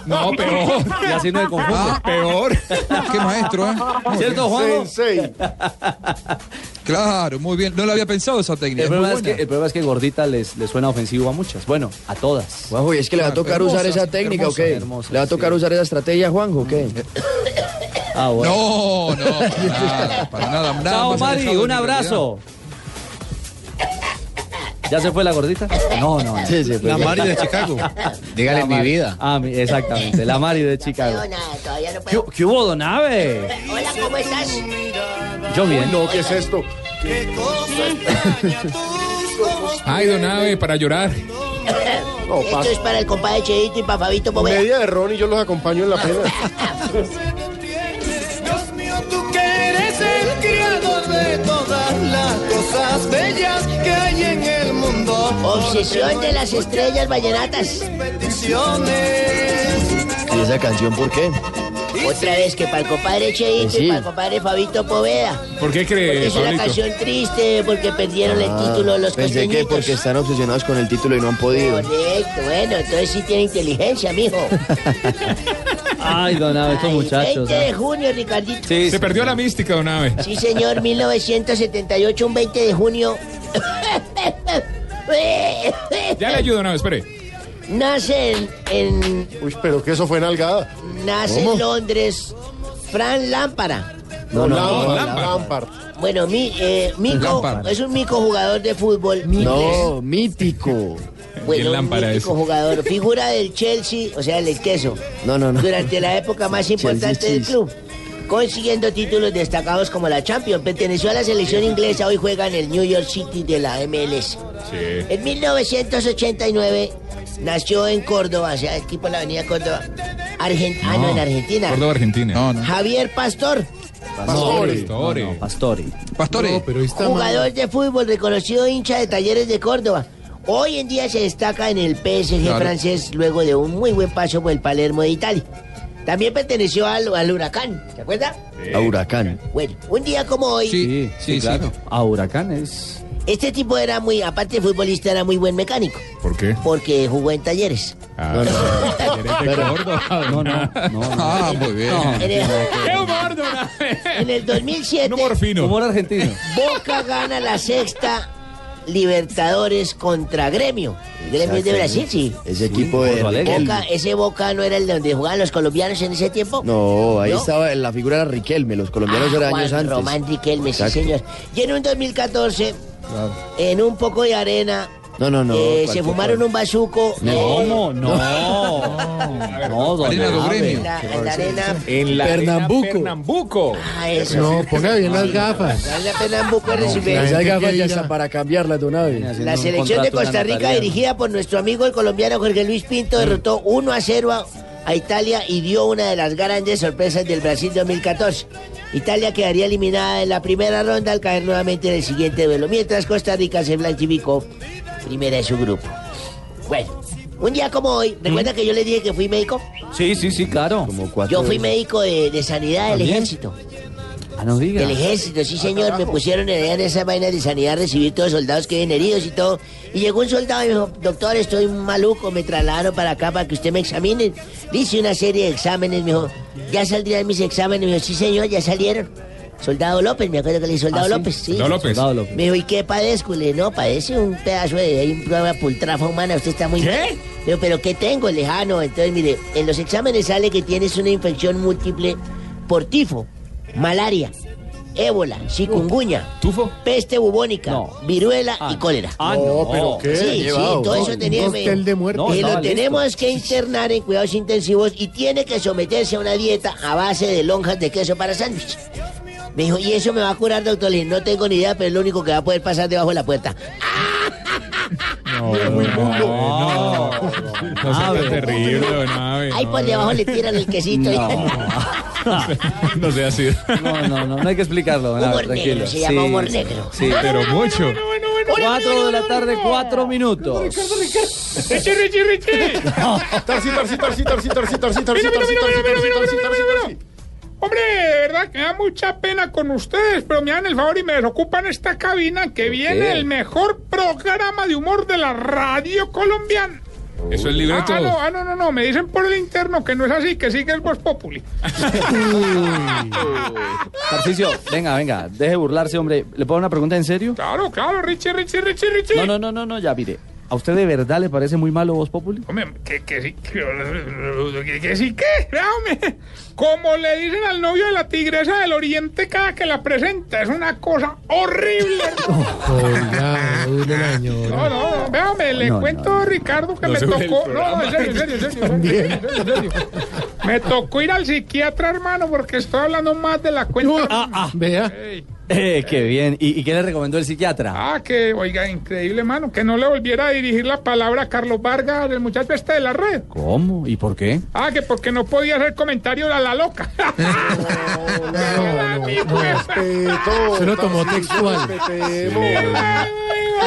Speaker 16: No, peor.
Speaker 6: Y así no me confunde.
Speaker 16: peor.
Speaker 15: Ah. Qué maestro, ¿eh?
Speaker 6: ¿Cierto, Juanjo?
Speaker 15: Claro, muy bien. No lo había pensado esa técnica.
Speaker 6: El
Speaker 15: es muy
Speaker 6: problema es, que,
Speaker 15: buena.
Speaker 6: el problema es que gordita les, les suena ofensivo a muchas. Bueno, a todas.
Speaker 22: Juanjo, y es que le va a
Speaker 15: Ah,
Speaker 22: tocar
Speaker 6: Hermosas,
Speaker 22: usar esa técnica,
Speaker 6: hermosas,
Speaker 22: ¿o qué?
Speaker 6: hermosas,
Speaker 22: le va a tocar usar esa estrategia, Juanjo, ¿o qué?
Speaker 6: Ah,
Speaker 15: No, no, para nada, para nada. nada
Speaker 6: Chao,
Speaker 15: más
Speaker 6: Mari,
Speaker 15: alejado de
Speaker 6: un
Speaker 15: mi
Speaker 6: abrazo. ¿Ya se fue la gordita? No, no. no.
Speaker 22: Sí, se fue. La Mari de
Speaker 6: Chicago. Dígale mi vida. Ah, mi- exactamente, la Mari de Chicago.
Speaker 10: nada, todavía no
Speaker 6: ¿Qué, qué hubo, Donave?
Speaker 10: Hola, ¿cómo estás?
Speaker 6: Yo bien.
Speaker 3: No, ¿qué es esto?
Speaker 16: Ay, Donave, para llorar.
Speaker 3: No, pa-
Speaker 10: Esto es para el compadre Cheito y para Fabito Poveda.
Speaker 3: Media de ron y yo los acompaño en la pena.
Speaker 10: Tú que eres el creador de todas las cosas bellas que hay en el mundo.
Speaker 18: Obsesión de las estrellas vallenatas.
Speaker 22: ¿Y esa canción por qué?
Speaker 10: Otra vez que para el compadre Cheito
Speaker 22: Pues Sí.
Speaker 10: y para el compadre Fabito Poveda.
Speaker 16: ¿Por
Speaker 10: Porque
Speaker 16: qué
Speaker 3: Eh,
Speaker 16: cree,
Speaker 10: es una
Speaker 16: Pablito?
Speaker 10: canción triste, porque perdieron el título de los
Speaker 22: Ah, Pensé que
Speaker 10: costeñitos.
Speaker 22: porque están obsesionados con el título y no han podido.
Speaker 10: Correcto, bueno, entonces sí tiene inteligencia, mijo.
Speaker 6: Ay, Donave, estos muchachos. ¿eh?
Speaker 10: 20 de junio, Ricardito.
Speaker 16: Se perdió la mística, Donave.
Speaker 10: Sí, señor, 1978, un 20 de junio.
Speaker 16: Ya le ayudo, Donave, espere.
Speaker 10: Nace en, en-
Speaker 3: Uy, pero que eso fue nalgada.
Speaker 10: nace en
Speaker 3: ¿Cómo?
Speaker 10: Londres Fran Lámpara.
Speaker 3: No,
Speaker 10: no,
Speaker 3: Lampard,
Speaker 10: no,
Speaker 3: Lampard.
Speaker 10: Bueno, mi, eh, Mico
Speaker 22: Lampard.
Speaker 10: es un Mico jugador de fútbol.
Speaker 22: No, mítico.
Speaker 10: Bueno, un mítico jugador, figura del Chelsea, o sea, del queso.
Speaker 22: No, no, no.
Speaker 10: Durante la época más importante
Speaker 22: Chelsea
Speaker 10: del
Speaker 22: cheese.
Speaker 10: club, consiguiendo títulos destacados como la Champions, perteneció a la selección inglesa, hoy juega en el New York City de la MLS. En 1989 nació en Córdoba, o sea, aquí por la avenida Córdoba, Argen- ah, no, en Argentina.
Speaker 16: Córdoba, Argentina. No, no.
Speaker 10: Javier Pastor,
Speaker 16: Pastore.
Speaker 6: Pastore.
Speaker 15: Pastore.
Speaker 16: pero está
Speaker 10: jugador de fútbol, reconocido hincha de Talleres de Córdoba. Hoy en día se destaca en el PSG
Speaker 16: Claro.
Speaker 10: francés luego de un muy buen paso por el Palermo de Italia. También perteneció al, al huracán, ¿te acuerdas?
Speaker 6: A Huracán.
Speaker 10: Bueno, un día como hoy,
Speaker 6: Sí, sí, claro. A Huracán es.
Speaker 10: este tipo era muy, aparte de futbolista, era muy buen mecánico,
Speaker 6: ¿Por qué? Ah.
Speaker 10: porque jugó en talleres.
Speaker 6: No, no, no, no, Ah, muy bien.
Speaker 10: En el, en el 2007,
Speaker 6: Humor argentino.
Speaker 10: Boca gana la sexta Libertadores contra Gremio. El gremio es de Brasil, sí.
Speaker 22: Ese equipo de
Speaker 10: Porto
Speaker 22: Riquelme.
Speaker 10: Boca, ese Boca no era el donde jugaban los colombianos en ese tiempo.
Speaker 22: No, ahí
Speaker 10: ¿No?
Speaker 22: estaba la figura era Riquelme, los colombianos
Speaker 10: Ah,
Speaker 22: eran
Speaker 10: Juan
Speaker 22: años antes.
Speaker 10: Román Riquelme, sí,
Speaker 22: Exacto.
Speaker 10: señor. Y en un 2014,
Speaker 22: Claro.
Speaker 10: en un poco de arena,
Speaker 22: No, no, no.
Speaker 10: eh, se
Speaker 22: cualquier
Speaker 10: fumaron
Speaker 22: cosa.
Speaker 10: un bazuco. Eh,
Speaker 22: No.
Speaker 10: ¿Cómo?
Speaker 22: No.
Speaker 6: No, don
Speaker 22: Arena do
Speaker 6: Abe.
Speaker 22: Gremio.
Speaker 10: En la, en la arena.
Speaker 8: En la Pernambuco.
Speaker 22: Pernambuco.
Speaker 8: Pernambuco.
Speaker 10: Ah, eso.
Speaker 22: No, ponga bien las
Speaker 10: gafas. La Pernambuco recibe.
Speaker 22: Esas gafas ya está para cambiarlas de una vez.
Speaker 10: La selección de Costa Rica, dirigida por nuestro amigo el colombiano Jorge Luis Pinto, derrotó 1 a 0 a, a Italia y dio una de las grandes sorpresas del Brasil 2014. Italia quedaría eliminada en la primera ronda al caer nuevamente en el siguiente duelo, mientras Costa Rica se blanquificó primera de su grupo. Bueno, un día como hoy, ¿recuerda
Speaker 22: ¿Mm?
Speaker 10: que yo le dije que fui médico?
Speaker 6: Sí, sí, sí, claro.
Speaker 10: Yo fui médico de, de sanidad del
Speaker 6: ¿También?
Speaker 10: ejército.
Speaker 6: Ah, no diga.
Speaker 10: Del ejército, sí señor, me pusieron allá en esa vaina de sanidad, recibí todos los soldados que vienen heridos y todo. Y llegó un soldado y me dijo, doctor, estoy maluco, me trasladaron para acá para que usted me examine. Le hice una serie de exámenes, me dijo, ¿ya saldrían mis exámenes? Me dijo, sí señor, ya salieron. Soldado López, me acuerdo que le dije, soldado
Speaker 6: ¿Ah, sí?
Speaker 10: López, sí.
Speaker 6: Soldado López. Soldado López.
Speaker 10: Me dijo, ¿y qué padezco? Le dije, no, padece un pedazo de hay un problema de pultrafa humana, usted está muy ¿Qué? mal. Le digo, ¿pero qué tengo? Lejano, entonces mire, en los exámenes sale que tienes una infección múltiple por tifo, malaria ébola, chikungunya, peste bubónica, viruela y cólera.
Speaker 6: Ah, no, No, pero qué
Speaker 10: Sí, sí,
Speaker 6: llevado.
Speaker 10: todo eso
Speaker 6: Un
Speaker 10: tenía.
Speaker 6: cóctel de muertos. No,
Speaker 10: y lo
Speaker 6: estaba
Speaker 10: tenemos que internar en cuidados intensivos y tiene que someterse a una dieta a base de lonjas de queso para sándwich. Me dijo, ¿y eso me va a curar, doctor? Le dije, no tengo ni idea, pero es lo único que va a poder pasar debajo de la puerta.
Speaker 8: No, no, no
Speaker 6: Pues,
Speaker 8: sea tan terrible, don Abe,
Speaker 10: Ahí
Speaker 8: no,
Speaker 10: por
Speaker 8: no.
Speaker 10: debajo le tiran el quesito.
Speaker 8: No sea así.
Speaker 6: No, no, no, no hay que explicarlo. don Abe,
Speaker 10: Humor negro,
Speaker 6: tranquilo.
Speaker 10: se llama humor negro.
Speaker 6: Sí,
Speaker 8: pero mucho.
Speaker 6: Cuatro de la tarde, cuatro minutos.
Speaker 8: Richie, Richie, Richie.
Speaker 3: Tarsi, tarsi, tarsi, tarsi, tarsi, tarsi, tarsi,
Speaker 30: Mira, mira,
Speaker 3: tarsi,
Speaker 30: mira, mira,
Speaker 3: tarsi,
Speaker 30: mira, mira,
Speaker 3: tarsi, tarsi,
Speaker 30: mira,
Speaker 3: tarsi,
Speaker 30: mira,
Speaker 3: tarsi.
Speaker 30: Hombre, de verdad que me da mucha pena con ustedes, pero me dan el favor y me desocupan esta cabina que viene el mejor programa de humor de la radio colombiana.
Speaker 8: Eso es libreto.
Speaker 30: Ah, no, ah, no, no, no, me dicen por el interno que no es así, que sigue el Voz Populi.
Speaker 6: Tarcicio, venga, venga, deje burlarse, hombre. ¿Le puedo hacer una pregunta en serio?
Speaker 30: Claro, claro, Richie, Richie, Richie, Richie.
Speaker 6: No, no, no, no, no, ya mire. ¿A usted de verdad le parece muy malo Voz Populi?
Speaker 30: Hombre, que, que sí, que, que- que sí, que, vea, hombre. Como le dicen al novio de la tigresa del oriente cada que la presenta, es una cosa horrible. No, no, no, vea, hombre, le
Speaker 14: No, no,
Speaker 30: cuento a Ricardo que
Speaker 14: No
Speaker 30: me
Speaker 14: se ve el
Speaker 30: tocó. No,
Speaker 14: programa.
Speaker 30: en serio, en serio, en serio, en serio, en serio, en serio. Me tocó ir al psiquiatra, hermano, porque estoy hablando más de la cuenta.
Speaker 6: Vea.
Speaker 30: Ey.
Speaker 6: Eh, qué bien. ¿Y, y qué le recomendó el psiquiatra?
Speaker 30: Ah, que, oiga, increíble, hermano, que no le volviera a dirigir la palabra a Carlos Vargas, el muchacho este de la red.
Speaker 6: ¿Cómo? ¿Y por qué?
Speaker 30: Ah, que porque no podía hacer comentario a la loca.
Speaker 3: Respeto.
Speaker 30: Se lo tomó
Speaker 3: Tarcisio,
Speaker 30: textual.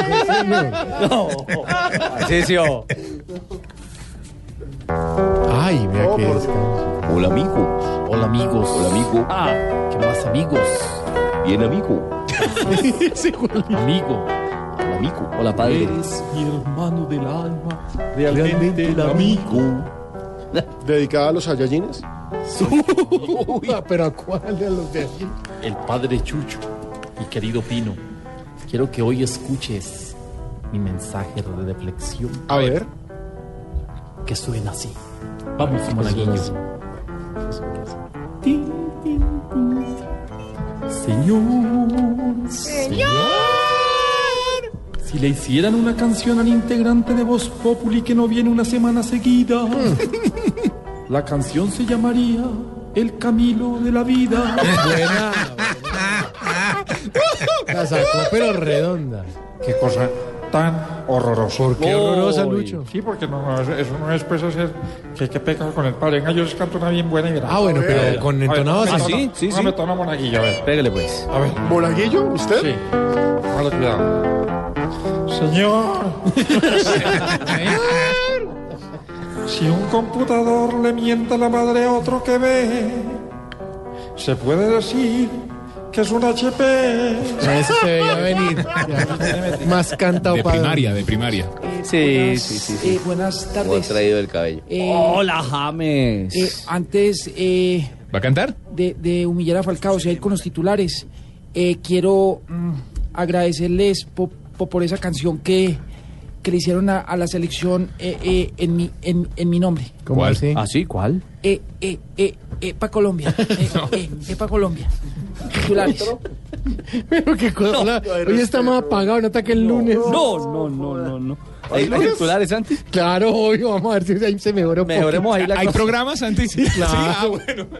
Speaker 3: respetemos.
Speaker 6: Tarcicio.
Speaker 14: Ay, mira que
Speaker 12: Hola amigos. Hola amigos. Hola amigo. Ah, ¿qué más amigos? Bien amigo. amigo. Hola amigo. Hola
Speaker 14: padre.
Speaker 12: Eres mi hermano del alma.
Speaker 3: Realmente el
Speaker 12: amigo.
Speaker 3: ¿Dedicada a los Saiyajines?
Speaker 14: pero ¿a cuál de los de aquí?
Speaker 12: El padre Chucho. Mi querido Pino. Quiero que hoy escuches mi mensaje de reflexión.
Speaker 3: A ver.
Speaker 12: Que suena así. Vamos, monaguillo. Señor, señor. Si le hicieran una canción al integrante de Voz Populi que no viene una semana seguida, la canción se llamaría El Camilo de la Vida.
Speaker 14: Buena. La sacó, pero redonda.
Speaker 30: Qué cosa tan horrorosa. ¿Por
Speaker 14: qué horrorosa, Lucho?
Speaker 30: Sí, porque no, no, eso, eso no es pues hacer que, que peca con el padre. Venga, yo les canto una bien buena y verán.
Speaker 14: Ah, bueno, pero
Speaker 30: A ver,
Speaker 14: con
Speaker 30: a ver,
Speaker 14: entonado
Speaker 30: póngame
Speaker 14: así.
Speaker 30: tono,
Speaker 14: Sí, sí, sí.
Speaker 30: Póngame Ah, tono monaguillo, a ver.
Speaker 6: Pégale pues.
Speaker 30: A ver.
Speaker 3: ¿Monaguillo? ¿Usted?
Speaker 30: Sí. Vale, cuidado. Señor. Señor.
Speaker 31: Si un computador le miente la madre a otro que ve, se puede decir que es un HP.
Speaker 16: Eso se veía venir. Más cantado
Speaker 4: De
Speaker 16: padre.
Speaker 4: primaria, de primaria.
Speaker 6: Sí, sí, sí. sí.
Speaker 12: Eh, buenas
Speaker 6: ¿Cómo has
Speaker 12: tardes.
Speaker 6: traído el cabello?
Speaker 12: Eh,
Speaker 6: Hola, James.
Speaker 12: Eh, antes eh,
Speaker 4: ¿Va a cantar?
Speaker 12: de, de humillar a Falcao, o sea, ir con los titulares, eh, quiero mm, agradecerles po- po- por esa canción que, que le hicieron a, a la selección eh, eh, en, mi, en, en mi nombre.
Speaker 6: ¿Cuál? ¿Ah, sí? ¿Cuál?
Speaker 12: Eh, eh, eh, eh, pa' Colombia. Eh, eh, eh, pa' Colombia. Titulares.
Speaker 16: Pero qué cosa. la- Hoy estamos apagados, no ataque el lunes.
Speaker 6: No, no, no, no, no. ¿Hay
Speaker 16: ¿Hay lunes?
Speaker 6: titulares, Santi?
Speaker 16: Claro, obvio, vamos a ver si ahí se mejora un
Speaker 6: Mejoremos
Speaker 16: poquito.
Speaker 6: ahí la
Speaker 4: ¿Hay
Speaker 6: cosa.
Speaker 4: programas, Santi? Sí,
Speaker 16: claro.
Speaker 4: ah, bueno.